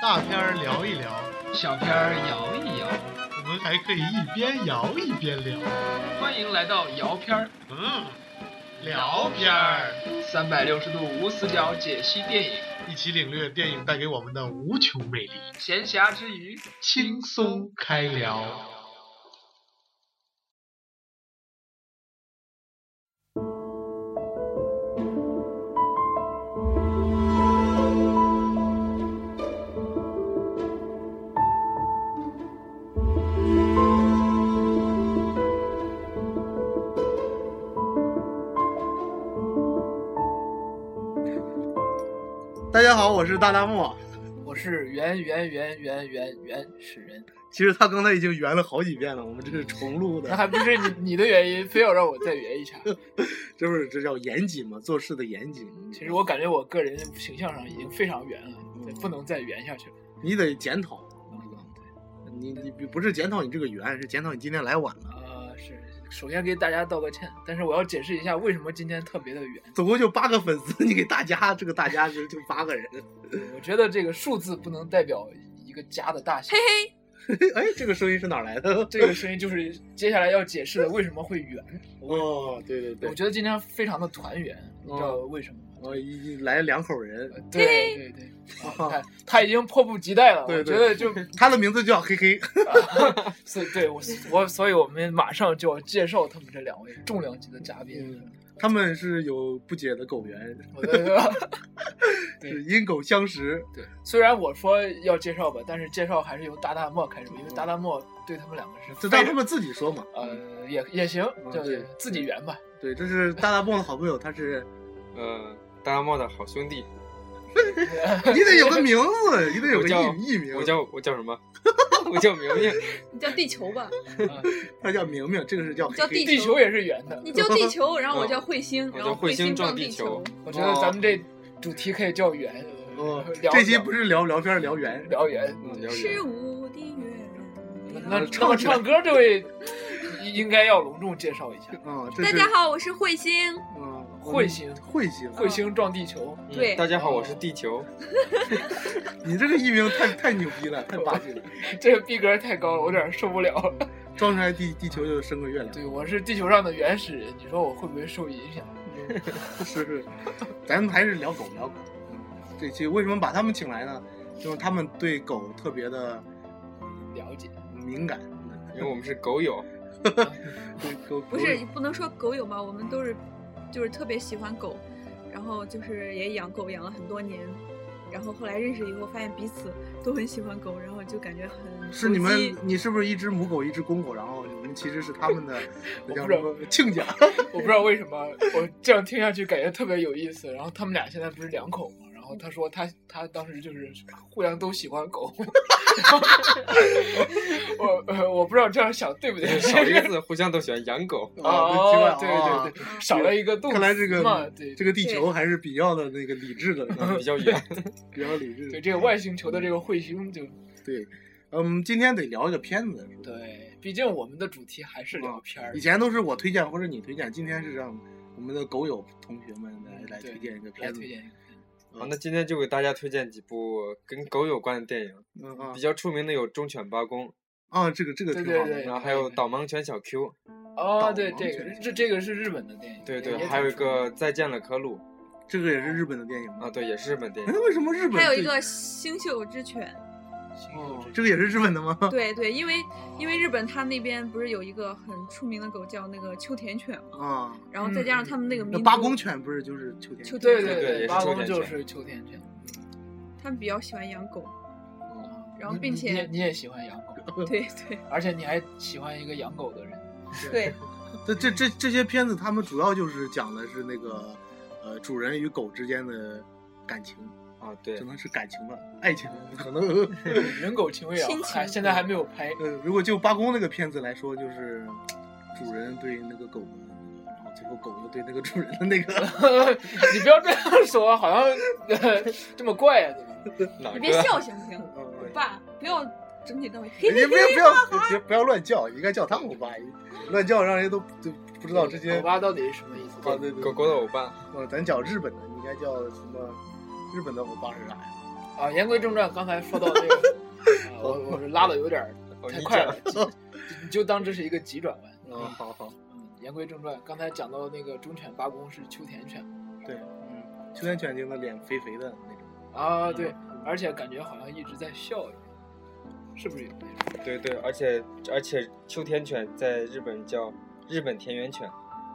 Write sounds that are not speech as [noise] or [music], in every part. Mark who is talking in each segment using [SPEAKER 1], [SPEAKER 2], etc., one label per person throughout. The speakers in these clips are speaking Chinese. [SPEAKER 1] 大片儿聊一聊，
[SPEAKER 2] 小片儿摇一摇，
[SPEAKER 1] 我们还可以一边摇一边聊。
[SPEAKER 2] 欢迎来到摇片儿
[SPEAKER 1] 嗯，聊片儿，
[SPEAKER 2] 三百六十度无死角解析电影，
[SPEAKER 1] 一起领略电影带给我们的无穷魅力，
[SPEAKER 2] 闲暇之余
[SPEAKER 1] 轻松开聊。
[SPEAKER 3] 大家好，我是大大漠。
[SPEAKER 2] 我是圆圆圆圆圆原始人，
[SPEAKER 3] 其实他刚才已经圆了好几遍了，我们这是重录
[SPEAKER 2] [laughs] 那
[SPEAKER 3] 的，
[SPEAKER 2] 还不是你你的原因，非要让我再圆一下。
[SPEAKER 3] 这不是这叫严谨吗？做事的严谨。
[SPEAKER 2] 其实我感觉我个人形象上已经非常圆了，对不能再圆下去了。
[SPEAKER 3] 你得检讨，
[SPEAKER 2] 嗯
[SPEAKER 3] 你你你不是检讨你这个圆，是检讨你今天来晚了。
[SPEAKER 2] 呃，是首先给大家道个歉，但是我要解释一下为什么今天特别的圆。
[SPEAKER 3] 总共就八个粉丝，你给大家这个大家就就八个人。 [laughs]
[SPEAKER 2] 我觉得这个数字不能代表一个家的大小。
[SPEAKER 3] 哎，这个声音是哪儿来的？
[SPEAKER 2] 这个声音就是接下来要解释的为什么会圆。
[SPEAKER 3] 哦，对对
[SPEAKER 2] 我
[SPEAKER 3] 对，
[SPEAKER 2] 觉得今天非常的团圆，你知道为什么吗？
[SPEAKER 3] 哦一一来两口人，
[SPEAKER 2] 对对对，啊你看他已经迫不及待了，
[SPEAKER 3] 对
[SPEAKER 2] 我觉
[SPEAKER 3] 对
[SPEAKER 2] 得就，
[SPEAKER 3] 他的名字叫嘿嘿。
[SPEAKER 2] 啊所以对我我所以我们马上就要介绍他们这两位重量级的嘉宾，
[SPEAKER 3] 嗯，他们是有不解的狗缘，
[SPEAKER 2] 我觉得对
[SPEAKER 3] 是因狗相识。
[SPEAKER 2] 对， [laughs] 虽然我说要介绍吧，但是介绍还是由达达莫开始，因为达达莫对他们两个是
[SPEAKER 3] 这
[SPEAKER 2] 非
[SPEAKER 3] 让
[SPEAKER 2] 常
[SPEAKER 3] 他们自己说嘛。
[SPEAKER 2] 呃也也行，
[SPEAKER 3] 嗯
[SPEAKER 2] 就
[SPEAKER 3] 对
[SPEAKER 2] 是自己圆
[SPEAKER 3] [laughs]
[SPEAKER 2] 吧，
[SPEAKER 3] 对，这是大大梦的好朋友，他是
[SPEAKER 4] 呃，大阿莫的好兄弟，
[SPEAKER 3] 你得有个名字，你得有个
[SPEAKER 4] 我叫
[SPEAKER 3] 艺艺名。
[SPEAKER 4] 我叫我叫什么？ [laughs] 我叫明明。
[SPEAKER 5] 你叫地球吧，
[SPEAKER 3] 他叫明明，这个是叫
[SPEAKER 5] 叫
[SPEAKER 3] 黑黑
[SPEAKER 2] 啊地球也是圆的，
[SPEAKER 3] 嗯
[SPEAKER 5] 你叫地球，然后我叫
[SPEAKER 4] 嗯
[SPEAKER 5] 彗星，
[SPEAKER 4] 我
[SPEAKER 5] 然
[SPEAKER 4] 叫
[SPEAKER 5] 后
[SPEAKER 4] 彗星
[SPEAKER 5] 星
[SPEAKER 4] 撞
[SPEAKER 5] 撞
[SPEAKER 4] 地
[SPEAKER 5] 球
[SPEAKER 4] 球，
[SPEAKER 2] 我觉得咱们这主题可以叫圆，
[SPEAKER 3] 哦
[SPEAKER 2] 聊
[SPEAKER 3] 这期不是聊聊天儿聊圆，
[SPEAKER 2] 聊圆。
[SPEAKER 4] 嗯，了解
[SPEAKER 5] 是。我的月
[SPEAKER 2] 那
[SPEAKER 5] 亮。
[SPEAKER 2] 那么唱歌这位应该要隆重介绍一下，
[SPEAKER 3] 啊，这
[SPEAKER 5] [laughs] 大
[SPEAKER 3] 是
[SPEAKER 5] 家好，我是彗星，
[SPEAKER 3] 嗯，
[SPEAKER 2] 彗星
[SPEAKER 3] 彗星，啊
[SPEAKER 2] 彗星撞地球，
[SPEAKER 4] 嗯
[SPEAKER 5] 对
[SPEAKER 4] 大家好，我是地球。
[SPEAKER 3] 你这个艺名太太牛逼了，太霸气了，
[SPEAKER 2] 这个逼格太高了，我有点受不了了。
[SPEAKER 3] 装出来地地球就生个月亮，
[SPEAKER 2] 对，我是地球上的原始人，你说我会不会受影响？
[SPEAKER 3] 是是，咱们还是聊狗聊狗。这期为什么把他们请来呢？就是他们对狗特别的
[SPEAKER 2] 了解，
[SPEAKER 3] 敏感，
[SPEAKER 4] 因为我们是狗友，
[SPEAKER 3] 对狗
[SPEAKER 5] 不是不能说狗友吧，我们都是就是特别喜欢狗，然后就是也养狗养了很多年，然后后来认识以后发现彼此都很喜欢狗，然后就感觉很
[SPEAKER 3] 是你
[SPEAKER 5] 熟悉
[SPEAKER 3] 们，你是不是一只母狗，一只公狗？然后你们其实是他
[SPEAKER 2] [laughs]
[SPEAKER 3] 们的那叫
[SPEAKER 2] 我不知
[SPEAKER 3] 什
[SPEAKER 2] 道
[SPEAKER 3] 么亲家？
[SPEAKER 2] 我不知道为什么我这样听下去感觉特别有意思。然后他们俩现在不是两口嘛，然后他说他他当时就是互相都喜欢狗， [laughs] 我呃我不知道这样想对不对， [laughs]
[SPEAKER 4] 少一个字，互相都喜欢养狗。
[SPEAKER 3] 奇怪
[SPEAKER 2] 哦
[SPEAKER 3] [laughs] 啊，
[SPEAKER 2] 对对对，
[SPEAKER 5] 啊
[SPEAKER 2] 少了一个动词
[SPEAKER 3] 看来这个
[SPEAKER 2] 嘛，对
[SPEAKER 3] 这个地球还是比较的那个理智
[SPEAKER 2] [laughs]
[SPEAKER 3] 的，
[SPEAKER 4] 嗯
[SPEAKER 3] 嗯
[SPEAKER 4] 比较远， [laughs]
[SPEAKER 3] 比较理智
[SPEAKER 2] 对
[SPEAKER 3] 的。
[SPEAKER 2] 这个外星球的这个彗星就
[SPEAKER 3] [laughs] 对，嗯，今天得聊一个片子。是吧
[SPEAKER 2] 对，毕竟我们的主题还是聊片儿
[SPEAKER 3] 以，前都是我推荐或者你推荐，今天是让我们的狗友同学们来来
[SPEAKER 2] 嗯对
[SPEAKER 3] 推荐一个
[SPEAKER 2] 来
[SPEAKER 3] 片子
[SPEAKER 2] 推。荐一个。
[SPEAKER 4] 好，那今天就给大家推荐几部跟狗有关的电影，
[SPEAKER 3] 嗯啊
[SPEAKER 4] 比较出名的有《忠犬八公
[SPEAKER 3] 啊，这个这个挺好
[SPEAKER 2] 对
[SPEAKER 3] 的。》，
[SPEAKER 4] 然后还有《导盲犬小 Q》，
[SPEAKER 2] 哦，对，
[SPEAKER 3] 导盲
[SPEAKER 2] 这个
[SPEAKER 3] 犬
[SPEAKER 2] 这这个是日本的电影，
[SPEAKER 4] 对
[SPEAKER 2] 也
[SPEAKER 4] 对，
[SPEAKER 2] 挺
[SPEAKER 4] 还有一
[SPEAKER 2] 出名的
[SPEAKER 4] 个《再见了，可鲁
[SPEAKER 3] 这个也是日本的电影》
[SPEAKER 4] 啊，
[SPEAKER 3] 吗？
[SPEAKER 4] 对，也是日本电
[SPEAKER 3] 哎
[SPEAKER 4] 影，。
[SPEAKER 3] 为什么日本
[SPEAKER 5] 还有一
[SPEAKER 3] 对
[SPEAKER 5] 个星宿之犬，
[SPEAKER 2] 星
[SPEAKER 3] 哦
[SPEAKER 2] 宿之
[SPEAKER 3] 这个也是日本的吗？
[SPEAKER 5] 对对，因为因为日本它那边不是有一个很出名的狗叫那个秋田犬嘛，
[SPEAKER 3] 啊，
[SPEAKER 5] 然后再加上他们那个
[SPEAKER 3] 那
[SPEAKER 5] 民
[SPEAKER 3] 嗯八
[SPEAKER 5] 族
[SPEAKER 3] 公犬不是就是秋天？
[SPEAKER 5] 秋
[SPEAKER 2] 对
[SPEAKER 4] 对
[SPEAKER 5] 对
[SPEAKER 2] 啊对，
[SPEAKER 4] 也是
[SPEAKER 2] 八
[SPEAKER 4] 秋
[SPEAKER 2] 公
[SPEAKER 4] 田
[SPEAKER 2] 就
[SPEAKER 4] 犬
[SPEAKER 2] 是秋田犬，
[SPEAKER 5] 他们比较喜欢养狗，然
[SPEAKER 2] 哦
[SPEAKER 5] 后
[SPEAKER 2] 你
[SPEAKER 5] 并
[SPEAKER 2] 你你也
[SPEAKER 5] 且 [laughs]
[SPEAKER 2] 你也喜欢养 [laughs] 狗，
[SPEAKER 5] 对对
[SPEAKER 2] 而且你还喜欢一个养狗
[SPEAKER 5] [laughs]
[SPEAKER 2] 的人， [laughs]
[SPEAKER 5] 对，
[SPEAKER 3] 这这这这些片子，他们主要就是讲的是那个呃主人与狗之间的感情，
[SPEAKER 4] 啊，对
[SPEAKER 3] 只，能是感情了，爱情可能。 [laughs]
[SPEAKER 2] 人狗情未了
[SPEAKER 5] 亲，
[SPEAKER 2] 还
[SPEAKER 5] 情
[SPEAKER 2] 现在还没有拍，
[SPEAKER 3] 呃，如果就八公那个片子来说，就是主人对那个狗的那个，然后最后狗又对那个主人的那个，
[SPEAKER 2] 你不要这样说，好 [laughs] 像呃这么怪啊，对吧？
[SPEAKER 4] 哪
[SPEAKER 5] 你
[SPEAKER 4] 个
[SPEAKER 5] 别？笑行不行？ [laughs]
[SPEAKER 3] 嗯嗯
[SPEAKER 5] 爸，不要整体到位。
[SPEAKER 3] 你不要不要别不要乱叫，应该叫他欧巴，乱叫让人都就不知道这些
[SPEAKER 2] 狗。吧到底是什么意思？
[SPEAKER 3] 啊对对
[SPEAKER 4] 狗狗的欧巴，
[SPEAKER 3] 呃，咱讲日本的，你应该叫什么？日本的欧巴是啥呀？
[SPEAKER 2] 啊，言归正传，刚才说到那个，啊、我我是拉的有点儿
[SPEAKER 4] 哦
[SPEAKER 2] 太
[SPEAKER 4] 你
[SPEAKER 2] 快
[SPEAKER 4] 讲哦
[SPEAKER 2] 了， [laughs] 你就当这是一个急转弯。
[SPEAKER 3] 嗯，好好，
[SPEAKER 2] 嗯，言归正传，刚才讲到那个忠犬八公是秋田犬
[SPEAKER 3] 对，嗯，秋田犬型的脸肥肥的那种，
[SPEAKER 2] 啊，对，而且感觉好像一直在笑一样，是不是有那种？
[SPEAKER 4] 对对，而且而且秋田犬在日本叫日本田园犬，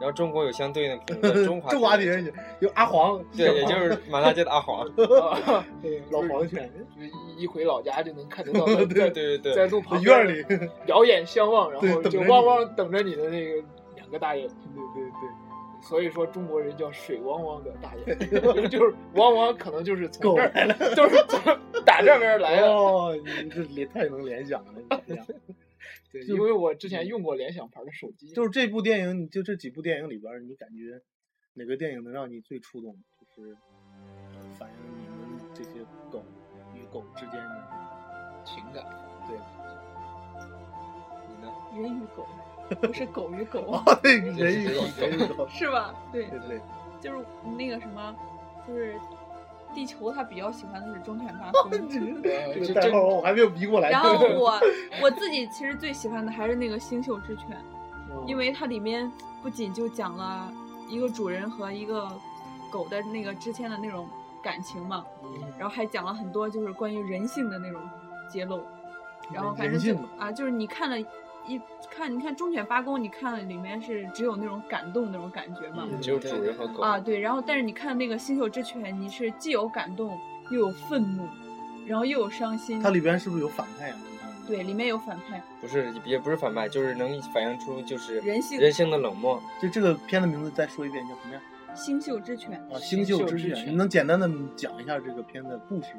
[SPEAKER 4] 然后中国有相对应的品种叫 [laughs] 中华
[SPEAKER 3] 呃中华
[SPEAKER 4] 田
[SPEAKER 3] 田园犬有阿黄，
[SPEAKER 4] 对，也就是满大街的阿黄。 [laughs]
[SPEAKER 2] 啊
[SPEAKER 3] 是老黄犬，
[SPEAKER 2] 就一一回老家就能看得到它
[SPEAKER 4] 对
[SPEAKER 2] 在
[SPEAKER 4] 对对
[SPEAKER 2] 在
[SPEAKER 4] 对，
[SPEAKER 2] 路旁
[SPEAKER 3] 院儿里，
[SPEAKER 2] 边
[SPEAKER 3] 对对
[SPEAKER 2] 遥眼相望，然
[SPEAKER 3] 对
[SPEAKER 2] 后
[SPEAKER 3] 等
[SPEAKER 2] 就
[SPEAKER 3] 着
[SPEAKER 2] 汪
[SPEAKER 3] 你
[SPEAKER 2] 汪等着你的那个两个大眼睛。
[SPEAKER 3] 对，
[SPEAKER 2] 所以说中国人叫水汪汪的大眼睛，就是就是汪汪，可能就是从
[SPEAKER 3] [laughs] 狗
[SPEAKER 2] 这儿
[SPEAKER 3] 来了，
[SPEAKER 2] 就是从打这边来的。
[SPEAKER 3] [laughs] 哦，你这联太能联想了，你 [laughs] 这样
[SPEAKER 2] 对，
[SPEAKER 3] 就
[SPEAKER 2] 因为我之前
[SPEAKER 5] 嗯
[SPEAKER 2] 用过联想牌的手机，
[SPEAKER 3] 就是这部电影，你就这几部电影里边儿，你感觉哪个电影能让你最触动？就是反映你们这些狗与狗之间的 [laughs]
[SPEAKER 2] 情感。
[SPEAKER 4] 你呢？
[SPEAKER 5] [laughs] 人与狗，不是狗
[SPEAKER 2] [laughs]
[SPEAKER 5] 与狗，
[SPEAKER 3] 哦，对，
[SPEAKER 4] 这
[SPEAKER 3] 人
[SPEAKER 4] 是
[SPEAKER 3] 与
[SPEAKER 4] 这
[SPEAKER 3] 狗，
[SPEAKER 4] 种
[SPEAKER 3] 人与狗，
[SPEAKER 5] 是吧？
[SPEAKER 3] [laughs]
[SPEAKER 5] 对，
[SPEAKER 3] 对对，
[SPEAKER 5] 就是那个什么，就是地球，他比较喜欢的是忠犬八公。 [laughs]
[SPEAKER 2] 呃
[SPEAKER 3] 这
[SPEAKER 2] 这
[SPEAKER 3] 个代号
[SPEAKER 2] 这
[SPEAKER 3] 我还没有移过来。 [laughs]
[SPEAKER 5] 然后我我自己其实最喜欢的还是那个星宿之犬，
[SPEAKER 3] 嗯
[SPEAKER 5] 因为它里面不仅就讲了一个主人和一个狗的那个之间的那种感情嘛，
[SPEAKER 3] 嗯
[SPEAKER 5] 然后还讲了很多就是关于人性的那种揭露，然后反
[SPEAKER 3] 嗯
[SPEAKER 5] 正
[SPEAKER 3] 人
[SPEAKER 5] 就
[SPEAKER 3] 性嘛
[SPEAKER 5] 啊，就是你看了一看，你看《忠犬八公》，你看了里面是只有那种感动那种感觉嘛，
[SPEAKER 3] 嗯
[SPEAKER 4] 只有主人和狗。
[SPEAKER 5] 啊，对，然后但是你看那个《星宿之犬》，你是既有感动又有愤怒，然后又有伤心，
[SPEAKER 3] 它里边是不是有反派 [laughs] 啊？
[SPEAKER 5] 对里面有反派，
[SPEAKER 4] 不是也不是反派，就是能反映出就是
[SPEAKER 5] 人性
[SPEAKER 4] 人性的冷漠。
[SPEAKER 3] 就这个片子名字再说一遍叫什么呀？
[SPEAKER 5] 《星宿之犬》
[SPEAKER 3] 啊，《
[SPEAKER 2] 星
[SPEAKER 3] 星
[SPEAKER 2] 宿
[SPEAKER 3] 宿
[SPEAKER 2] 之
[SPEAKER 3] 之
[SPEAKER 2] 犬
[SPEAKER 3] 犬》。你能简单的讲一下这个片子的故事、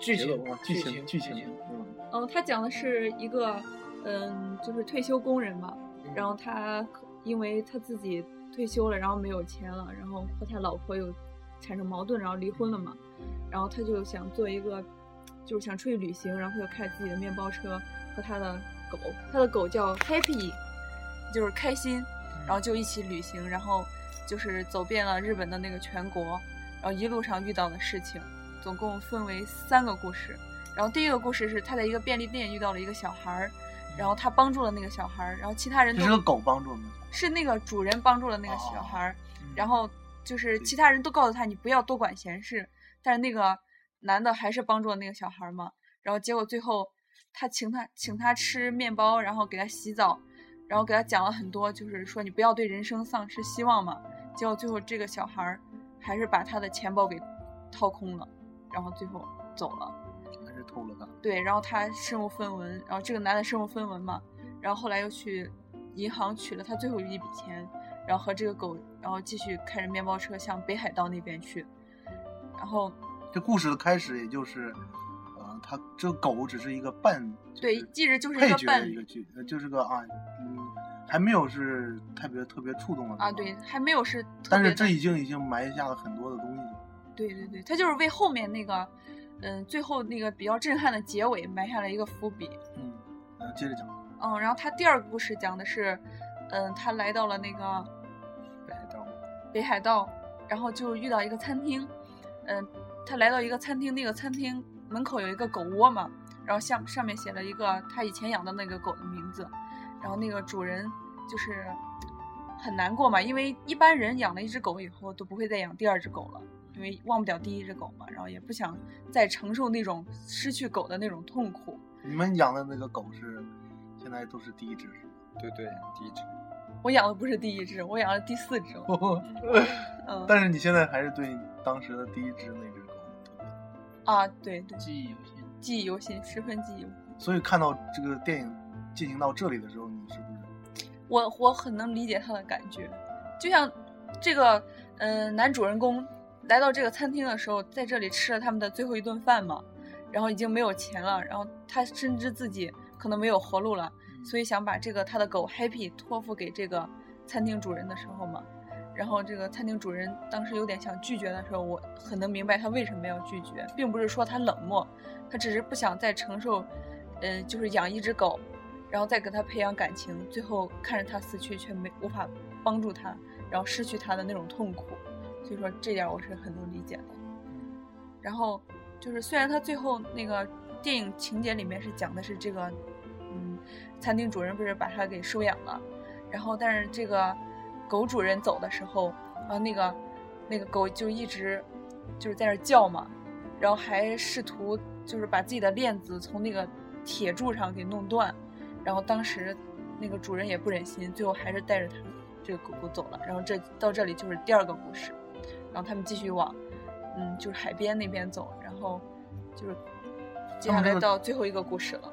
[SPEAKER 2] 剧
[SPEAKER 3] 节
[SPEAKER 2] 情
[SPEAKER 3] 奏啊、
[SPEAKER 2] 剧
[SPEAKER 3] 剧情、
[SPEAKER 2] 剧
[SPEAKER 3] 剧情？嗯，
[SPEAKER 5] 嗯，他讲的是一个，嗯，就是退休工人嘛，然后他可因为他自己退休了，然后没有钱了，然后和他老婆有产生矛盾，然后离婚了嘛，然后他就想做一个，就是想出去旅行，然后他就开自己的面包车和他的狗，他的狗叫 Happy，就是开心，然后就一起旅行，然后就是走遍了日本的那个全国，然后一路上遇到的事情，总共分为三个故事。然后第一个故事是他在一个便利店遇到了一个小孩儿，然后他帮助了那个小孩儿，然后其他人
[SPEAKER 3] 这
[SPEAKER 5] 都
[SPEAKER 3] 是个狗帮助的吗？
[SPEAKER 5] 是那个主人帮助了那个小孩儿，
[SPEAKER 3] 嗯
[SPEAKER 5] 然后就是其他人都告诉他你不要多管闲事，但是那个男的还是帮助了那个小孩儿嘛，然后结果最后他请他请他吃面包，然后给他洗澡，然后给他讲了很多，就是说你不要对人生丧失希望嘛，结果最后这个小孩儿还是把他的钱包给掏空了，然后最后走了。
[SPEAKER 3] 还是偷了它？
[SPEAKER 5] 对，然后他身无分文，然后这个男的身无分文嘛，然后后来又去银行取了他最后一笔钱，然后和这个狗，然后继续开着面包车向北海道那边去，然后
[SPEAKER 3] 这故事的开始也就是，呃，它这狗只是一个伴，就
[SPEAKER 5] 对
[SPEAKER 3] 是，
[SPEAKER 5] 一直就是一
[SPEAKER 3] 配
[SPEAKER 5] 个
[SPEAKER 3] 角
[SPEAKER 5] 伴
[SPEAKER 3] 的一
[SPEAKER 5] 侣
[SPEAKER 3] 个剧，呃就是个啊，嗯，还没有是特别特别触动的地
[SPEAKER 5] 啊，
[SPEAKER 3] 方
[SPEAKER 5] 对，，还没有是特
[SPEAKER 3] 但
[SPEAKER 5] 别
[SPEAKER 3] 是
[SPEAKER 5] 的，
[SPEAKER 3] 这已经已经埋下了很多的东西了。
[SPEAKER 5] 对对对，他就是为后面那个，嗯，最后那个比较震撼的结尾埋下了一个伏笔，
[SPEAKER 3] 嗯，呃，接着讲，
[SPEAKER 5] 嗯，然后他第二个故事讲的是，嗯，他来到了那个
[SPEAKER 3] 北海道
[SPEAKER 5] 北海道，然后就遇到一个餐厅，嗯、他来到一个餐厅，那个餐厅门口有一个狗窝嘛，然后下上面写了一个他以前养的那个狗的名字，然后那个主人就是很难过嘛，因为一般人养了一只狗以后都不会再养第二只狗了，因为忘不了第一只狗嘛，然后也不想再承受那种失去狗的那种痛苦。
[SPEAKER 3] 你们养的那个狗是，现在都是第一只，是
[SPEAKER 4] 对对，第一只。
[SPEAKER 5] 我养的不是第一只，我养了第四只，
[SPEAKER 2] 哦
[SPEAKER 3] 吧
[SPEAKER 5] 嗯
[SPEAKER 3] 但是你现在还是对当时的第一只那只狗特别
[SPEAKER 5] 啊，对对，
[SPEAKER 2] 记忆犹新。
[SPEAKER 5] 记忆犹新，十分记忆犹新。
[SPEAKER 3] 所以看到这个电影进行到这里的时候，你是不是
[SPEAKER 5] 我我很能理解他的感觉，就像这个嗯、呃男主人公来到这个餐厅的时候，在这里吃了他们的最后一顿饭嘛，然后已经没有钱了，然后他深知自己可能没有活路了，所以想把这个他的狗 Happy 托付给这个餐厅主人的时候嘛，然后这个餐厅主人当时有点想拒绝的时候，我很能明白他为什么要拒绝，并不是说他冷漠，他只是不想再承受，呃，就是养一只狗，然后再给他培养感情，最后看着他死去却没无法帮助他，然后失去他的那种痛苦，所以说这点我是很能理解的。然后就是虽然他最后那个电影情节里面是讲的是这个，嗯，餐厅主人不是把他给收养了，然后但是这个狗主人走的时候，啊，那个那个狗就一直就是在那儿叫嘛，然后还试图就是把自己的链子从那个铁柱上给弄断，然后当时那个主人也不忍心，最后还是带着他这个狗狗走了。然后这到这里就是第二个故事，然后他们继续往嗯就是海边那边走，然后就是接下
[SPEAKER 6] 他们这
[SPEAKER 5] 来
[SPEAKER 6] 个嗯
[SPEAKER 5] 到最后一个故事了。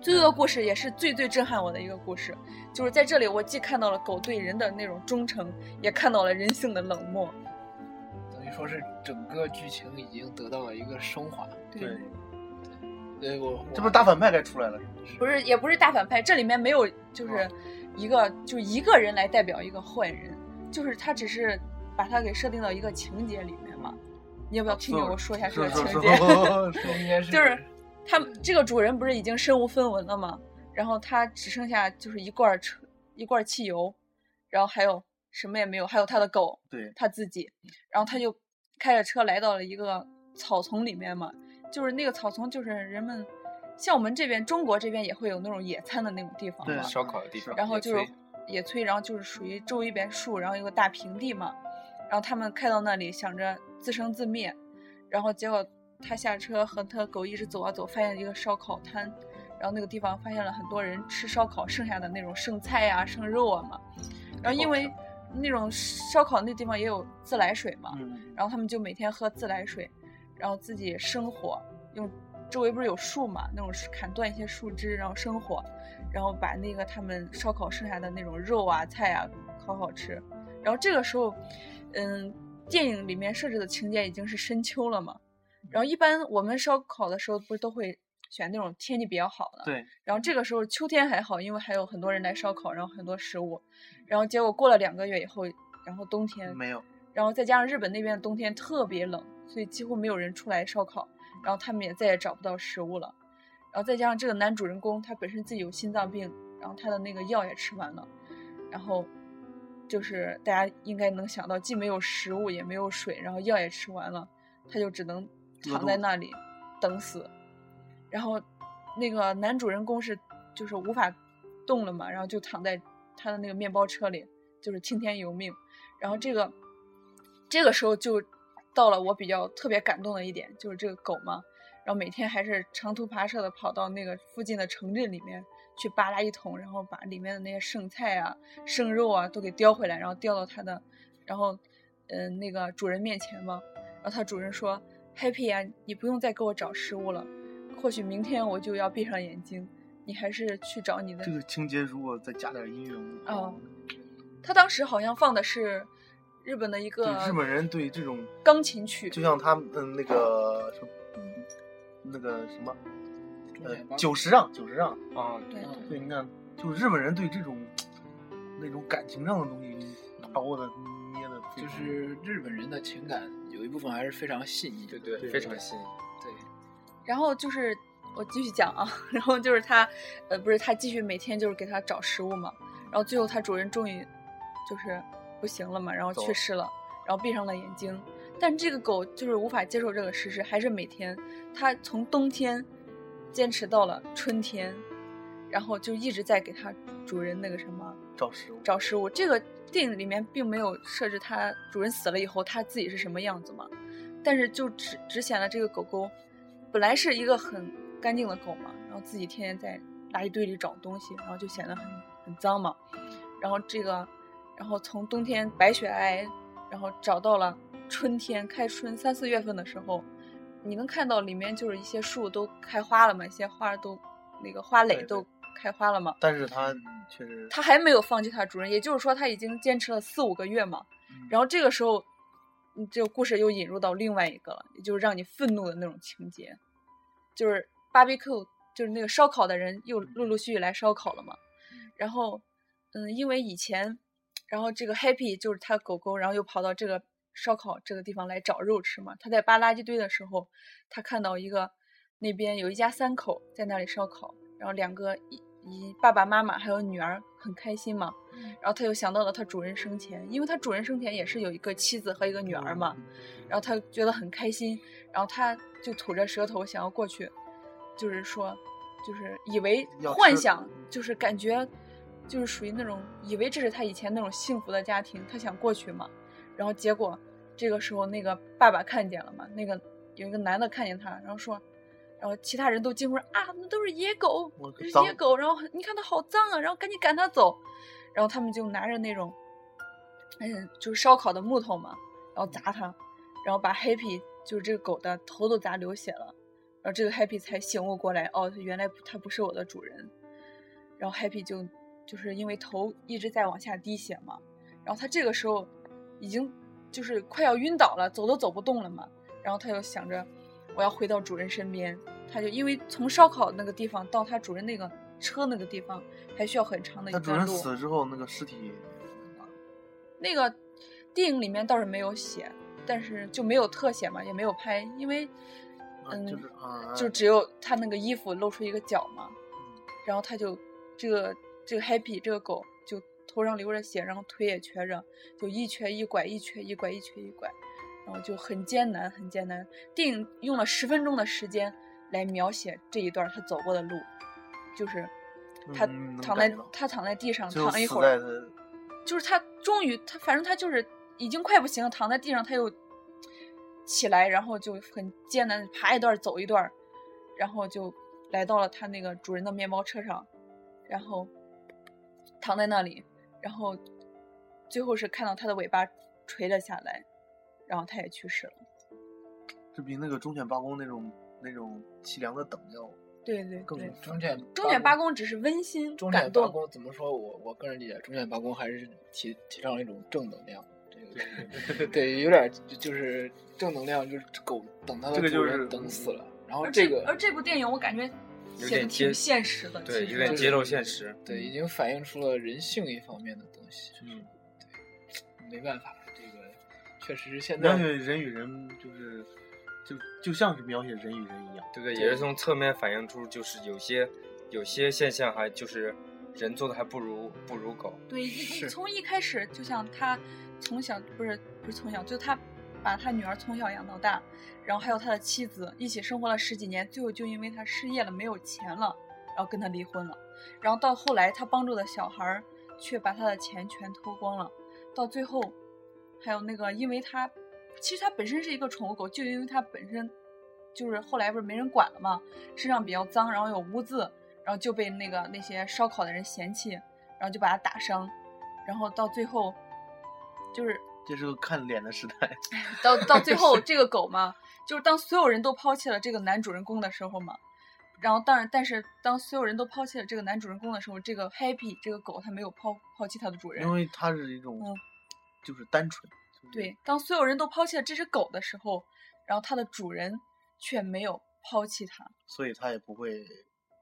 [SPEAKER 5] 最后一个故事也是最最震撼我的一个故事，就是在这里我既看到了狗对人的那种忠诚，也看到了人性的冷漠。
[SPEAKER 6] 等于说是整个剧情已经得到了一个升华。
[SPEAKER 4] 对，
[SPEAKER 6] 呃，我
[SPEAKER 2] 这不是大反派该出来了？
[SPEAKER 5] 不是，也不是大反派，这里面没有就是一个、就一个人来代表一个坏人，就是他只是把他给设定到一个情节里面嘛。你要不要听听我说一下这个情节？ [laughs]
[SPEAKER 6] 这应该是
[SPEAKER 5] 就是他们这个主人不是已经身无分文了吗？然后他只剩下就是一罐儿车一罐儿汽油，然后还有什么也没有，还有他的狗，
[SPEAKER 2] 对，
[SPEAKER 5] 他自己，然后他就开着车来到了一个草丛里面嘛，就是那个草丛就是人们像我们这边中国这边也会有那种野餐的那种地方
[SPEAKER 2] 对
[SPEAKER 5] 嘛，
[SPEAKER 4] 烧烤的地方，
[SPEAKER 5] 然后就是
[SPEAKER 4] 野炊
[SPEAKER 5] 野炊，然后就是属于周围一边树，然后有个大平地嘛，然后他们开到那里想着自生自灭，然后结果他下车和他狗一直走啊走，发现一个烧烤摊，然后那个地方发现了很多人吃烧烤剩下的那种剩菜呀、剩肉啊嘛，然后因为那种烧烤那地方也有自来水嘛，
[SPEAKER 2] 嗯，
[SPEAKER 5] 然后他们就每天喝自来水，然后自己生火，用周围不是有树嘛，那种砍断一些树枝，然后生火，然后把那个他们烧烤剩下的那种肉啊、菜啊烤好吃。然后这个时候，嗯，电影里面设置的情节已经是深秋了嘛。然后一般我们烧烤的时候，不是都会选那种天气比较好的，
[SPEAKER 2] 对，
[SPEAKER 5] 然后这个时候秋天还好，因为还有很多人来烧烤，然后很多食物。然后结果过了两个月以后，然后冬天
[SPEAKER 2] 没有，
[SPEAKER 5] 然后再加上日本那边的冬天特别冷，所以几乎没有人出来烧烤，然后他们也再也找不到食物了。然后再加上这个男主人公他本身自己有心脏病，然后他的那个药也吃完了，然后就是大家应该能想到，既没有食物也没有水，然后药也吃完了，他就只能
[SPEAKER 2] 饿肚
[SPEAKER 5] 躺在
[SPEAKER 2] 子
[SPEAKER 5] 那里等死。然后那个男主人公是就是无法动了嘛，然后就躺在他的那个面包车里，就是听天由命。然后这个这个时候就到了我比较特别感动的一点，就是这个狗嘛，然后每天还是长途跋涉的跑到那个附近的城镇里面去扒拉一通，然后把里面的那些剩菜啊、剩肉啊都给叼回来，然后叼到它的，然后嗯、呃那个主人面前嘛，然后它主人说：“Happy 啊，你不用再给我找食物了，或许明天我就要闭上眼睛，你还是去找你的
[SPEAKER 2] 这个情节如果再加点音乐，我
[SPEAKER 5] 哦，他当时好像放的是日本的一
[SPEAKER 2] 对
[SPEAKER 5] 个
[SPEAKER 2] 日本人对这种
[SPEAKER 5] 钢琴曲，
[SPEAKER 2] 就像他们嗯那个什么
[SPEAKER 5] 嗯
[SPEAKER 2] 那个什么
[SPEAKER 6] 重
[SPEAKER 2] 呃
[SPEAKER 6] 点吧
[SPEAKER 2] 九十让九十让，
[SPEAKER 4] 啊，
[SPEAKER 5] 对对
[SPEAKER 2] 对，你看，就日本人对这种那种感情上的东西把握的捏的，
[SPEAKER 6] 就是日本人的情感有一部分还是非常细腻的。
[SPEAKER 4] 对
[SPEAKER 2] 对
[SPEAKER 4] 对，非常新颖。
[SPEAKER 6] 对，
[SPEAKER 5] 然后就是我继续讲啊， [laughs] 然后就是他，呃，不是他继续每天就是给他找食物嘛，然后最后他主人终于就是不行了嘛，然后
[SPEAKER 4] 走
[SPEAKER 5] 去世了，然后闭上了眼睛。但这个狗就是无法接受这个事实，还是每天，它从冬天坚持到了春天，然后就一直在给它主人那个什么，
[SPEAKER 2] 找食物，
[SPEAKER 5] 找食物。这个电影里面并没有设置它主人死了以后它自己是什么样子嘛，但是就只只显了这个狗狗本来是一个很干净的狗嘛，然后自己天天在垃圾堆里找东西，然后就显得很很脏嘛。然后这个，然后从冬天白雪皑，然后找到了春天开春三四月份的时候，你能看到里面就是一些树都开花了嘛，一些花都那个花
[SPEAKER 2] 对
[SPEAKER 5] 蕾
[SPEAKER 2] 对
[SPEAKER 5] 都开花了嘛。
[SPEAKER 2] 但是他
[SPEAKER 5] 嗯
[SPEAKER 2] 确实，
[SPEAKER 5] 他还没有放弃他的主人，也就是说他已经坚持了四五个月嘛。然后这个时候，嗯这个故事又引入到另外一个了，也就是让你愤怒的那种情节，就是 barbecue，就是那个烧烤的人又陆陆续续来烧烤了嘛。然后，嗯，因为以前，然后这个 Happy 就是他狗狗，然后又跑到这个烧烤这个地方来找肉吃嘛。他在扒垃圾堆的时候，他看到一个那边有一家三口在那里烧烤，然后两个一以爸爸妈妈还有女儿很开心嘛。
[SPEAKER 6] 嗯
[SPEAKER 5] 然后他又想到了他主人生前，因为他主人生前也是有一个妻子和一个女儿
[SPEAKER 6] 嗯
[SPEAKER 5] 嘛，然后他觉得很开心，然后他就吐着舌头想要过去，就是说，就是以为
[SPEAKER 6] 要吃
[SPEAKER 5] 幻想，就是感觉，就是属于那种以为这是他以前那种幸福的家庭，他想过去嘛，然后结果这个时候那个爸爸看见了嘛，那个有一个男的看见他，然后说。然后其他人都惊呼说啊，那都是野狗
[SPEAKER 6] 我，个
[SPEAKER 5] 是
[SPEAKER 6] 脏
[SPEAKER 5] 野狗。然后你看它好脏啊，然后赶紧赶它走。然后他们就拿着那种，嗯，就是烧烤的木头嘛，然后砸它，然后把 Happy 就是这个狗的头都砸流血了，然后这个 Happy 才醒悟过来，哦，它原来不它不是我的主人，然后 Happy 就就是因为头一直在往下滴血嘛，然后他这个时候已经就是快要晕倒了，走都走不动了嘛，然后他又想着我要回到主人身边，他就因为从烧烤那个地方到他主人那个车那个地方还需要很长的一
[SPEAKER 3] 那
[SPEAKER 5] 段路。
[SPEAKER 3] 主人死了之后，那个尸体
[SPEAKER 5] 那个电影里面倒是没有写，但是就没有特写嘛，也没有拍，因为，
[SPEAKER 3] 啊
[SPEAKER 5] 嗯，
[SPEAKER 3] 就是啊，
[SPEAKER 5] 就只有他那个衣服露出一个角嘛，
[SPEAKER 3] 嗯
[SPEAKER 5] 然后他就这个这个 Happy 这个狗就头上流着血，然后腿也瘸着，就一瘸一拐，一瘸一拐，一瘸一拐，然后就很艰难，很艰难。电影用了十分钟的时间来描写这一段他走过的路，就是他
[SPEAKER 3] 嗯能
[SPEAKER 5] 躺在、
[SPEAKER 3] 感觉到
[SPEAKER 5] 他躺在地上
[SPEAKER 3] 就
[SPEAKER 5] 躺一
[SPEAKER 3] 死
[SPEAKER 5] 会
[SPEAKER 3] 在
[SPEAKER 5] 儿，
[SPEAKER 3] 他
[SPEAKER 5] 就是他终于他反正他就是已经快不行了，躺在地上他又起来，然后就很艰难地爬一段儿走一段儿，然后就来到了他那个主人的面包车上，然后躺在那里，然后最后是看到他的尾巴垂了下来，然后他也去世了。
[SPEAKER 3] 这比那个忠犬八公那种那种凄凉的等要
[SPEAKER 5] 对对
[SPEAKER 3] 更
[SPEAKER 5] 对，
[SPEAKER 6] 中犬
[SPEAKER 5] 忠犬八公只是温馨
[SPEAKER 6] 中
[SPEAKER 5] 感
[SPEAKER 6] 犬八
[SPEAKER 5] 动，
[SPEAKER 6] 公怎么说我？我个人理解，中犬八公还是提提倡一种正能量。这个对，有点就就是正能量，就是狗等它的
[SPEAKER 3] 这个
[SPEAKER 6] 主
[SPEAKER 3] 就
[SPEAKER 6] 人
[SPEAKER 3] 是
[SPEAKER 6] 等死了，然后
[SPEAKER 5] 而
[SPEAKER 6] 这
[SPEAKER 5] 而
[SPEAKER 6] 个
[SPEAKER 5] 这部电影我感觉
[SPEAKER 4] 有
[SPEAKER 5] 写的
[SPEAKER 4] 点贴
[SPEAKER 5] 挺现实的，
[SPEAKER 4] 对，
[SPEAKER 5] 其
[SPEAKER 4] 有
[SPEAKER 5] 实
[SPEAKER 4] 点
[SPEAKER 6] 就是
[SPEAKER 4] 揭露现实。
[SPEAKER 6] 对已经反映出了人性一方面的东西。嗯，对，没办法，这个确实是现
[SPEAKER 2] 描写
[SPEAKER 6] 在
[SPEAKER 2] 人与人就是就就像是描写人与人一样，
[SPEAKER 4] 对对，也是从侧面反映出，就是有些有些现象还就是人做的还不如不如狗。
[SPEAKER 5] 对，一
[SPEAKER 6] 是
[SPEAKER 5] 从一开始就像他从小不是不是从小，就他把他女儿从小养到大，然后还有他的妻子一起生活了十几年，最后就因为他失业了没有钱了，然后跟他离婚了，然后到后来他帮助的小孩儿却把他的钱全偷光了，到最后还有那个因为他其实他本身是一个宠物狗，就因为他本身就是后来不是没人管了嘛，身上比较脏，然后有污渍，然后就被那个那些烧烤的人嫌弃，然后就把他打伤，然后到最后就是
[SPEAKER 3] 这是个看脸的时代，
[SPEAKER 5] 到到最后这个狗嘛，就是当所有人都抛弃了这个男主人公的时候嘛，然后当然但是当所有人都抛弃了这个男主人公的时候，这个 Happy 这个狗它没有抛抛弃它的主人
[SPEAKER 3] 因，
[SPEAKER 5] [laughs]
[SPEAKER 3] 为它是一种
[SPEAKER 5] 嗯
[SPEAKER 3] 就是单纯，就是
[SPEAKER 5] 对，当所有人都抛弃了这只狗的时候，然后它的主人却没有抛弃它，
[SPEAKER 3] 所以它也不会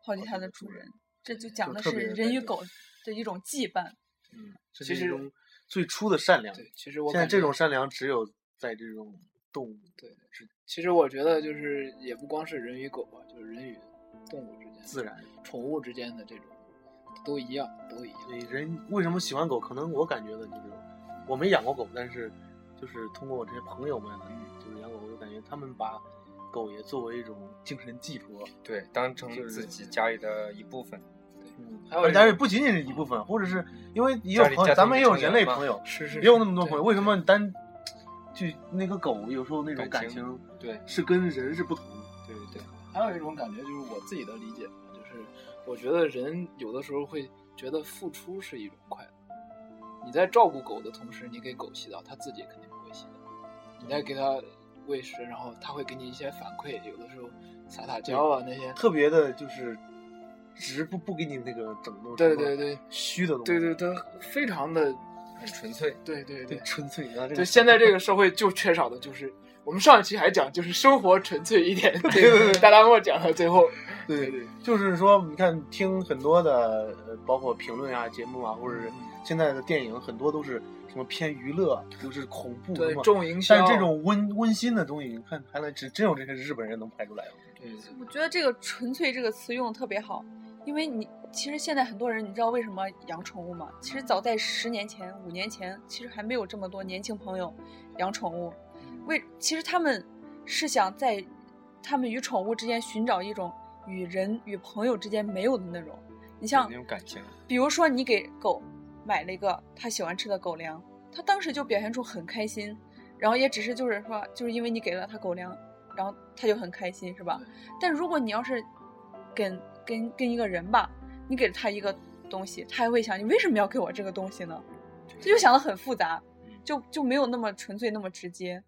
[SPEAKER 5] 抛弃它
[SPEAKER 3] 的
[SPEAKER 5] 的主人。这就讲
[SPEAKER 3] 就
[SPEAKER 5] 的
[SPEAKER 3] 特
[SPEAKER 5] 是
[SPEAKER 3] 别
[SPEAKER 5] 人与
[SPEAKER 3] 感动
[SPEAKER 5] 狗的一种羁绊。
[SPEAKER 3] 嗯，这
[SPEAKER 6] 其
[SPEAKER 3] 是
[SPEAKER 6] 实
[SPEAKER 3] 一种最初的善良。
[SPEAKER 6] 对，其实我
[SPEAKER 3] 现在
[SPEAKER 6] 感
[SPEAKER 3] 这
[SPEAKER 6] 觉
[SPEAKER 3] 种善良只有在这种动物
[SPEAKER 6] 对，是其实我觉得就是也不光是人与狗吧，就是人与动物之间、
[SPEAKER 3] 自然。
[SPEAKER 6] 宠物之间的这种都一样，都一样。
[SPEAKER 3] 对人为什么喜欢狗？可能我感觉的就是，我没养过狗，但是就是通过我这些朋友们，就是养狗，我就感觉他们把狗也作为一种精神寄托。
[SPEAKER 4] 对，当成
[SPEAKER 3] 就是
[SPEAKER 4] 自己家里的一部分。
[SPEAKER 3] 嗯，
[SPEAKER 6] 还有
[SPEAKER 3] 而
[SPEAKER 6] 一
[SPEAKER 3] 但是
[SPEAKER 6] 种
[SPEAKER 3] 不仅仅是一部分，或者是因为也有
[SPEAKER 4] 家里
[SPEAKER 3] 朋
[SPEAKER 4] 家
[SPEAKER 3] 友，咱
[SPEAKER 4] 庭
[SPEAKER 3] 们也
[SPEAKER 4] 成
[SPEAKER 3] 有人
[SPEAKER 4] 员
[SPEAKER 3] 类
[SPEAKER 4] 嘛
[SPEAKER 3] 朋友，
[SPEAKER 6] 是是
[SPEAKER 3] 也有那么多
[SPEAKER 6] 对
[SPEAKER 3] 朋友，为什么你单就那个狗有时候那种
[SPEAKER 4] 感
[SPEAKER 3] 感
[SPEAKER 4] 情
[SPEAKER 3] 情
[SPEAKER 6] 对
[SPEAKER 3] 是跟人是不同的？
[SPEAKER 6] 对对，还有一种感觉就是我自己的理解吧，就是我觉得人有的时候会觉得付出是一种快乐。你在照顾狗的同时，你给狗洗澡，它自己肯定不会洗澡。你
[SPEAKER 3] 嗯
[SPEAKER 6] 在给它喂食，然后它会给你一些反馈，有的时候撒撒娇啊那些。
[SPEAKER 3] 特别的就是直不不给你那个整弄
[SPEAKER 6] 对对对
[SPEAKER 3] 虚的东西，
[SPEAKER 6] 对对，它非常的，
[SPEAKER 4] 很纯粹，
[SPEAKER 6] 对对对
[SPEAKER 3] 对，纯粹啊，这
[SPEAKER 6] 就
[SPEAKER 3] 个
[SPEAKER 6] 现在这个社会就缺少的就是，我们上一期还讲就是生活纯粹
[SPEAKER 3] [laughs]
[SPEAKER 6] 一点，对
[SPEAKER 3] 对对对
[SPEAKER 6] 大拉莫讲到最后，
[SPEAKER 3] 对
[SPEAKER 6] 对，
[SPEAKER 3] 就是说，你看听很多的，呃包括评论啊、节目啊，或者
[SPEAKER 6] 嗯
[SPEAKER 3] 是现在的电影，很多都是什么偏娱乐，就是恐怖
[SPEAKER 6] 对
[SPEAKER 3] 什么。
[SPEAKER 6] 重营销，
[SPEAKER 3] 但是这种温温馨的东西，你看还能只真有这些日本人能拍出来吗？
[SPEAKER 6] 对对
[SPEAKER 5] 我觉得这个“纯粹”这个词用的特别好，因为你其实现在很多人，你知道为什么养宠物吗？其实早在十年前、五年前，其实还没有这么多年轻朋友养宠物。为其实他们是想在他们与宠物之间寻找一种与人与朋友之间没有的那种。你像
[SPEAKER 4] 那种感情，
[SPEAKER 5] 比如说你给狗买了一个它喜欢吃的狗粮，它当时就表现出很开心，然后也只是就是说，就是因为你给了它狗粮，然后它就很开心，是吧？但如果你要是跟跟跟一个人吧，你给了他一个东西，他还会想你为什么要给我这个东西呢？他就想的很复杂，就就没有那么纯粹那么直接。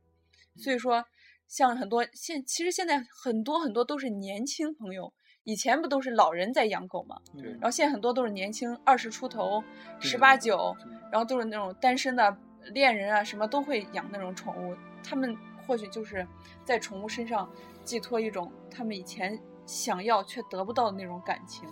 [SPEAKER 5] 所以说，像很多现其实现在很多很多都是年轻朋友，以前不都是老人在养狗吗？
[SPEAKER 4] 对
[SPEAKER 5] 然后现在很多都是年轻，二十出头、十八九，然后都是那种单身的恋人啊，什么都会养那种宠物。他们或许就是在宠物身上寄托一种他们以前想要却得不到的那种感情。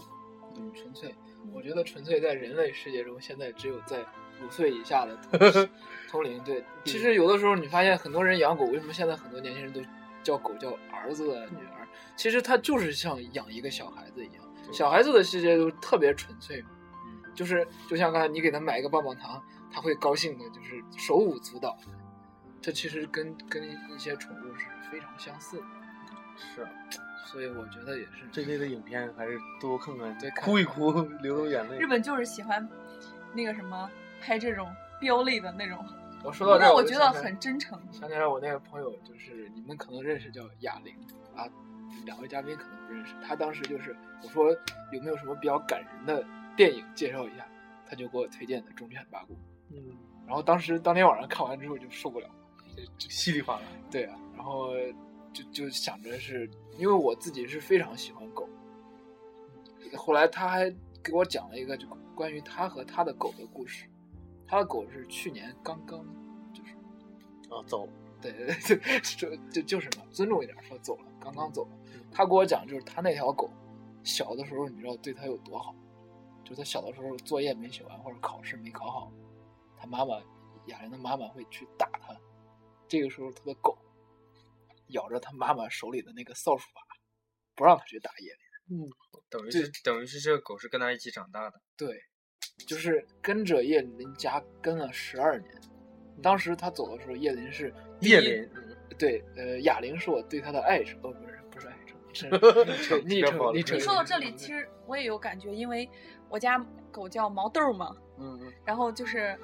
[SPEAKER 6] 嗯，纯粹，我觉得纯粹在人类世界中，现在只有在五岁以下的
[SPEAKER 5] [laughs]
[SPEAKER 6] 同同龄。
[SPEAKER 5] 嗯
[SPEAKER 6] 对，其实有的时候你发现很多人养狗，为什么现在很多年轻人都叫狗叫儿子啊、女儿？其实他就是像养一个小孩子一样，小孩子的世界都特别纯粹嘛。
[SPEAKER 5] 嗯
[SPEAKER 6] 就是就像刚才你给他买一个棒棒糖，他会高兴的，就是手舞足蹈。这其实跟跟一些宠物是非常相似的，
[SPEAKER 4] 是
[SPEAKER 6] 所以我觉得也是
[SPEAKER 3] 这类的影片还是多看看，
[SPEAKER 6] 对看
[SPEAKER 3] 哭一哭，流流眼泪
[SPEAKER 5] 日。本就是喜欢那个什么拍这种飙泪的那种，
[SPEAKER 6] 我说到这儿，
[SPEAKER 5] 那我
[SPEAKER 6] 就
[SPEAKER 5] 觉
[SPEAKER 6] 想
[SPEAKER 5] 得
[SPEAKER 6] 起来
[SPEAKER 5] 很真诚。
[SPEAKER 6] 想起来我那个朋友，就是你们可能认识，叫哑铃啊，两位嘉宾可能不认识。他当时就是我说有没有什么比较感人的电影介绍一下，他就给我推荐的《忠犬八公》。
[SPEAKER 3] 嗯，
[SPEAKER 6] 然后当时当天晚上看完之后就受不了，
[SPEAKER 3] 稀里哗啦。
[SPEAKER 6] 对啊，然后就就想着是因为我自己是非常喜欢狗，后来他还给我讲了一个就关于他和他的狗的故事，他的狗是去年刚刚就是
[SPEAKER 3] 啊，走，
[SPEAKER 6] 对对对， [laughs] 就就就是嘛，尊重一点，说走了，刚刚走了。
[SPEAKER 4] 嗯
[SPEAKER 6] 他给我讲，就是他那条狗小的时候，你知道对它有多好，就是它小的时候作业没写完或者考试没考好，他妈妈雅玲的妈妈会去打它。这个时候，他的狗咬着他妈妈手里的那个扫帚把，不让他去打野。
[SPEAKER 4] 嗯等于是等于是这个狗是跟他一起长大的，
[SPEAKER 6] 对，就是跟着叶林家跟了十二年。当时他走的时候，叶林是第
[SPEAKER 4] 嗯
[SPEAKER 6] 一
[SPEAKER 4] 叶林，
[SPEAKER 6] 对，呃，哑铃是我对他的爱称，哦，不是，不是爱称，是昵称，
[SPEAKER 3] [laughs]
[SPEAKER 6] 昵
[SPEAKER 4] 别跑
[SPEAKER 6] 称，
[SPEAKER 4] 了对
[SPEAKER 6] 昵称。
[SPEAKER 5] 你说到这里，其实我也有感觉，因为我家狗叫毛豆儿嘛，
[SPEAKER 6] 嗯，嗯
[SPEAKER 5] 然后就是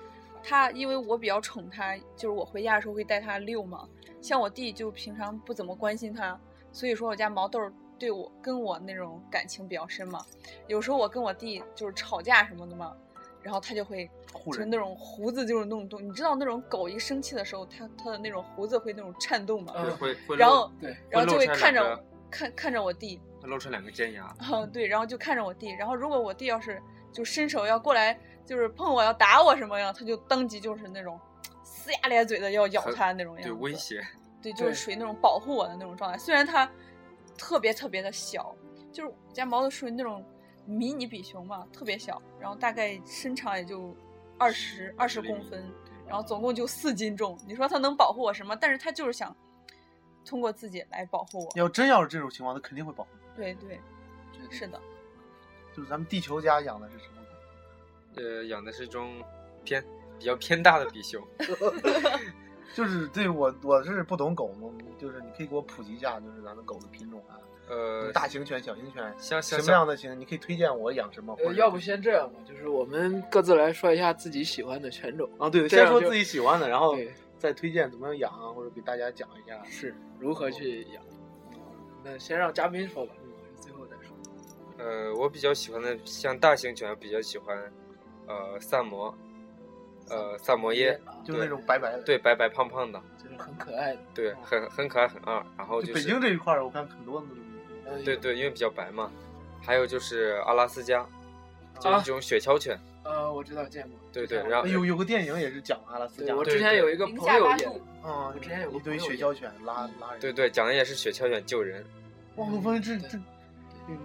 [SPEAKER 5] 它，因为我比较宠它，就是我回家的时候会带它遛嘛。像我弟就平常不怎么关心它，所以说我家毛豆儿对我跟我那种感情比较深嘛。有时候我跟我弟就是吵架什么的嘛，然后他就会
[SPEAKER 3] 护
[SPEAKER 5] 就是
[SPEAKER 3] 人
[SPEAKER 5] 那种胡子就是那种动，你知道那种狗一生气的时候，它它的那种胡子会那种颤动嘛，
[SPEAKER 4] 对
[SPEAKER 6] 嗯
[SPEAKER 4] 会呃会露，
[SPEAKER 5] 然后
[SPEAKER 6] 对，
[SPEAKER 5] 然后就会
[SPEAKER 4] 露出来
[SPEAKER 5] 看着
[SPEAKER 4] 两
[SPEAKER 5] 我
[SPEAKER 4] 个
[SPEAKER 5] 看看着我弟，
[SPEAKER 4] 会露出两个尖牙，
[SPEAKER 5] 嗯，对，然后就看着我弟，然后如果我弟要是就伸手要过来，就是碰我要打我什么样，他就当即就是那种呲牙咧嘴的要咬
[SPEAKER 4] 很
[SPEAKER 5] 他那种样
[SPEAKER 4] 对
[SPEAKER 5] 子，
[SPEAKER 4] 威胁，
[SPEAKER 5] 对，就是
[SPEAKER 6] 对
[SPEAKER 5] 属于那种保护我的那种状态。虽然它特别特别的小，就是我家毛豆属于那种迷你比熊嘛，特别小，然后大概身长也就二十二十
[SPEAKER 4] 厘
[SPEAKER 5] 公
[SPEAKER 4] 米
[SPEAKER 5] 分，然后总共就四斤重。你说它能保护我什么？但是它就是想通过自己来保护我。
[SPEAKER 3] 要真要是这种情况，他肯定会保护你。
[SPEAKER 5] 对对，是的，
[SPEAKER 3] 就是咱们地球家养的是什么？
[SPEAKER 4] 呃，养的是一种偏比较偏大的比熊，
[SPEAKER 3] 就是对我我是不懂狗，我就是你可以给我普及一下，就是咱们狗的品种啊，
[SPEAKER 4] [laughs] 呃，
[SPEAKER 3] 大型犬、小型犬，
[SPEAKER 4] 像
[SPEAKER 3] 什
[SPEAKER 4] 像
[SPEAKER 3] 么
[SPEAKER 4] 像
[SPEAKER 3] 样的型，你可以推荐我养什么？或
[SPEAKER 6] 呃，
[SPEAKER 3] 者
[SPEAKER 6] 要不先这样吧，就是我们各自来说一下自己喜欢的犬种，
[SPEAKER 3] 啊，对，
[SPEAKER 6] 这样
[SPEAKER 3] 先说
[SPEAKER 6] 就
[SPEAKER 3] 自己喜欢的，然后
[SPEAKER 6] 对，啊
[SPEAKER 3] 再推荐怎么样养啊，或者给大家讲一下。
[SPEAKER 6] 是如
[SPEAKER 3] 哦
[SPEAKER 6] 何去养。嗯那先让嘉宾说吧，嗯最后再说。
[SPEAKER 4] 呃，我比较喜欢的像大型犬，比较喜欢呃萨摩，呃萨摩耶，
[SPEAKER 6] 啊
[SPEAKER 3] 就是那种白白的，，
[SPEAKER 4] 对，白白胖胖的，
[SPEAKER 6] 就是很可爱的，
[SPEAKER 4] 对，
[SPEAKER 6] 哦
[SPEAKER 4] 很很可爱，很二，然后
[SPEAKER 3] 就
[SPEAKER 4] 就
[SPEAKER 3] 北京
[SPEAKER 4] 是
[SPEAKER 3] 这一块儿，我看很多那种，
[SPEAKER 6] 嗯
[SPEAKER 4] 对，对，因为比较白嘛，还有就是阿拉斯加，就是
[SPEAKER 6] 啊
[SPEAKER 4] 一种雪橇犬，
[SPEAKER 6] 呃，我知道见过。
[SPEAKER 4] 对对，
[SPEAKER 6] 我
[SPEAKER 4] 然后
[SPEAKER 3] 哎有有个电影也是讲阿拉斯
[SPEAKER 6] 啊对
[SPEAKER 3] 加，
[SPEAKER 6] 我
[SPEAKER 4] 对
[SPEAKER 6] 之前有一个
[SPEAKER 5] 零
[SPEAKER 6] 朋
[SPEAKER 5] 下
[SPEAKER 6] 友
[SPEAKER 5] 八
[SPEAKER 6] 演
[SPEAKER 5] 度，
[SPEAKER 3] 嗯，
[SPEAKER 6] 我之前有个
[SPEAKER 3] 一堆
[SPEAKER 6] 朋友
[SPEAKER 3] 雪
[SPEAKER 6] 也嗯
[SPEAKER 3] 橇犬拉拉人，
[SPEAKER 4] 对，对，讲的也是雪橇犬救人，
[SPEAKER 3] 哇，我发现这
[SPEAKER 6] 对
[SPEAKER 3] 这，嗯，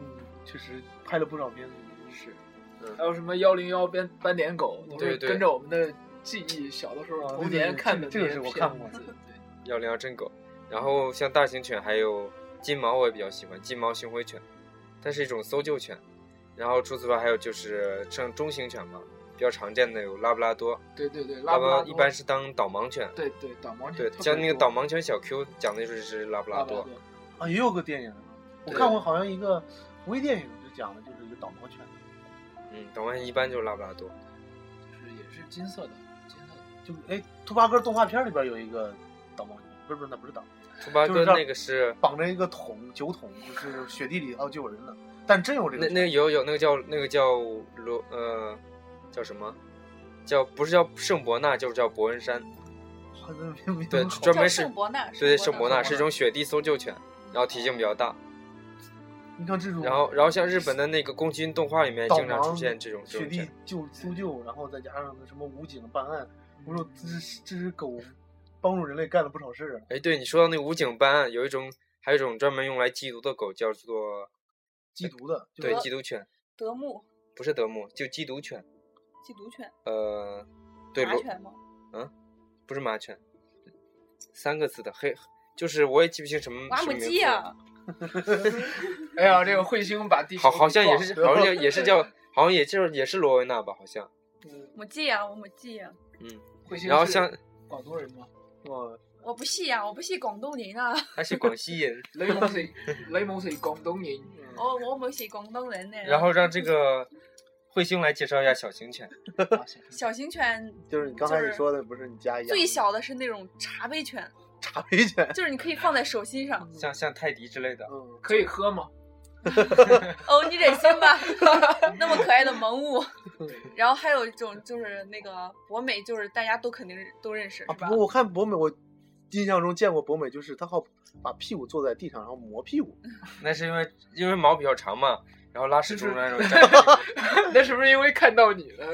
[SPEAKER 3] 确实拍了不少片子，是嗯
[SPEAKER 6] 还有什么幺零幺斑斑点狗，都是
[SPEAKER 4] 对对
[SPEAKER 6] 跟着我们的记忆，小的时候
[SPEAKER 3] 啊
[SPEAKER 6] 童
[SPEAKER 3] 对对
[SPEAKER 6] 年
[SPEAKER 3] 对
[SPEAKER 6] 看的
[SPEAKER 3] 这个
[SPEAKER 6] 那
[SPEAKER 3] 是
[SPEAKER 6] 些
[SPEAKER 3] 我看
[SPEAKER 6] 片
[SPEAKER 3] 过
[SPEAKER 6] 子
[SPEAKER 3] 的
[SPEAKER 6] 对
[SPEAKER 4] 幺零幺真狗，然后像大型犬还有金毛，我也比较喜欢金毛巡回犬，它是一种搜救犬，然后除此之外，还有就是像中型犬吧，比较常见的有拉布拉多，
[SPEAKER 6] 对对对，
[SPEAKER 4] 拉
[SPEAKER 6] 布拉多
[SPEAKER 4] 一般是当导盲犬，
[SPEAKER 6] 对对导
[SPEAKER 4] 对
[SPEAKER 6] 盲犬特别多，
[SPEAKER 4] 像那个导盲犬小 Q 讲的就是拉布
[SPEAKER 6] 拉
[SPEAKER 4] 拉
[SPEAKER 6] 布拉
[SPEAKER 4] 多，
[SPEAKER 6] 多，
[SPEAKER 3] 啊，也有个电影，我
[SPEAKER 6] 对
[SPEAKER 3] 看过，好像一个微电影就讲的就是一个导盲犬，
[SPEAKER 4] 嗯，导盲犬一般就是拉布拉多，
[SPEAKER 6] 就是也是金色的，金色的， [laughs]
[SPEAKER 3] 就是哎，兔八哥动画片里边有一个导盲犬，不是不是，那不是导，
[SPEAKER 4] 兔八
[SPEAKER 3] 就是
[SPEAKER 4] 哥
[SPEAKER 3] 让
[SPEAKER 4] 那个是
[SPEAKER 3] 绑着一个桶酒桶，就是雪地里要救人的，但真有这个
[SPEAKER 4] 那那个有有那个叫那个叫罗呃叫什么？叫不是叫圣伯纳，就是叫伯恩山，
[SPEAKER 3] 那
[SPEAKER 4] 对，专门是
[SPEAKER 5] 圣伯纳，
[SPEAKER 4] 对对圣伯纳
[SPEAKER 3] 圣伯纳
[SPEAKER 4] 是一种雪地搜救犬，然后体型比较大，
[SPEAKER 3] 你看这种，
[SPEAKER 4] 然后然后像日本的那个宫崎骏动画里面
[SPEAKER 3] 嗯导
[SPEAKER 4] 经常出
[SPEAKER 3] 盲
[SPEAKER 4] 现这种
[SPEAKER 3] 雪
[SPEAKER 4] 这种
[SPEAKER 3] 地
[SPEAKER 4] 犬，
[SPEAKER 3] 救搜救，然后再加上什么武警办案，我
[SPEAKER 4] 嗯
[SPEAKER 3] 说这只这只狗帮助人类干了不少事儿，啊
[SPEAKER 4] 哎，对你说到那个武警办案，有一种还有一种专门用来缉毒的狗，叫做
[SPEAKER 3] 缉毒的，就
[SPEAKER 4] 对
[SPEAKER 3] 是
[SPEAKER 4] 缉毒犬，
[SPEAKER 5] 德牧
[SPEAKER 4] 不是德牧，就缉毒犬。
[SPEAKER 5] 缉毒犬，
[SPEAKER 4] 呃，对，
[SPEAKER 5] 马
[SPEAKER 4] 罗
[SPEAKER 5] 犬吗？
[SPEAKER 4] 不是马犬，三个字的黑，就是我也记不清什么
[SPEAKER 5] 瓦
[SPEAKER 4] 什
[SPEAKER 5] 姆
[SPEAKER 4] 嗯么名
[SPEAKER 5] 鸡
[SPEAKER 4] 字了
[SPEAKER 5] 啊，
[SPEAKER 6] 哎呀，这个彗星把地球
[SPEAKER 4] 好，好像
[SPEAKER 3] [laughs]
[SPEAKER 4] 也
[SPEAKER 6] 给
[SPEAKER 4] 是，
[SPEAKER 6] 撞
[SPEAKER 4] 好
[SPEAKER 6] 了
[SPEAKER 4] 像也也是叫，好像也就是也是罗威纳吧，好像。
[SPEAKER 5] 母鸡呀，我母鸡啊呀，
[SPEAKER 6] 彗星，
[SPEAKER 4] 然后像
[SPEAKER 6] 广东人吗？
[SPEAKER 3] 哦，
[SPEAKER 5] 我不是呀，我不是广东人啊，
[SPEAKER 4] 他是广西
[SPEAKER 5] [laughs]
[SPEAKER 4] 人，
[SPEAKER 6] 你
[SPEAKER 4] [laughs]
[SPEAKER 6] 冇是，你冇是广东人，
[SPEAKER 5] 我哦我不是广东人呢。
[SPEAKER 4] 嗯然后让这个彗星来介绍一下小型犬。
[SPEAKER 5] 小型犬
[SPEAKER 3] 就是你刚才你说的，不是你家一样
[SPEAKER 5] 最小的是那种茶杯犬，
[SPEAKER 3] 茶杯犬，
[SPEAKER 5] 就是你可以放在手心
[SPEAKER 4] [laughs]
[SPEAKER 5] 上。
[SPEAKER 4] 像像泰迪之类的，
[SPEAKER 3] 嗯，
[SPEAKER 6] 可以喝吗？
[SPEAKER 5] 哦，你忍心吧， [laughs] 那么可爱的
[SPEAKER 4] [laughs]
[SPEAKER 5] 萌物。然后还有一种就是那个博美，就是大家都肯定是都认识，
[SPEAKER 3] 啊，
[SPEAKER 5] 是
[SPEAKER 3] 不
[SPEAKER 5] 吧
[SPEAKER 3] 过？我看博美，我印象中见过博美，就是他好把屁股坐在地上，然后磨屁股，
[SPEAKER 4] 那是因为因为毛比较长嘛，然后拉屎
[SPEAKER 6] 就
[SPEAKER 4] 出
[SPEAKER 6] 是
[SPEAKER 4] 来那种站起
[SPEAKER 6] [laughs]
[SPEAKER 4] 来
[SPEAKER 6] 那是不是因为看到你了？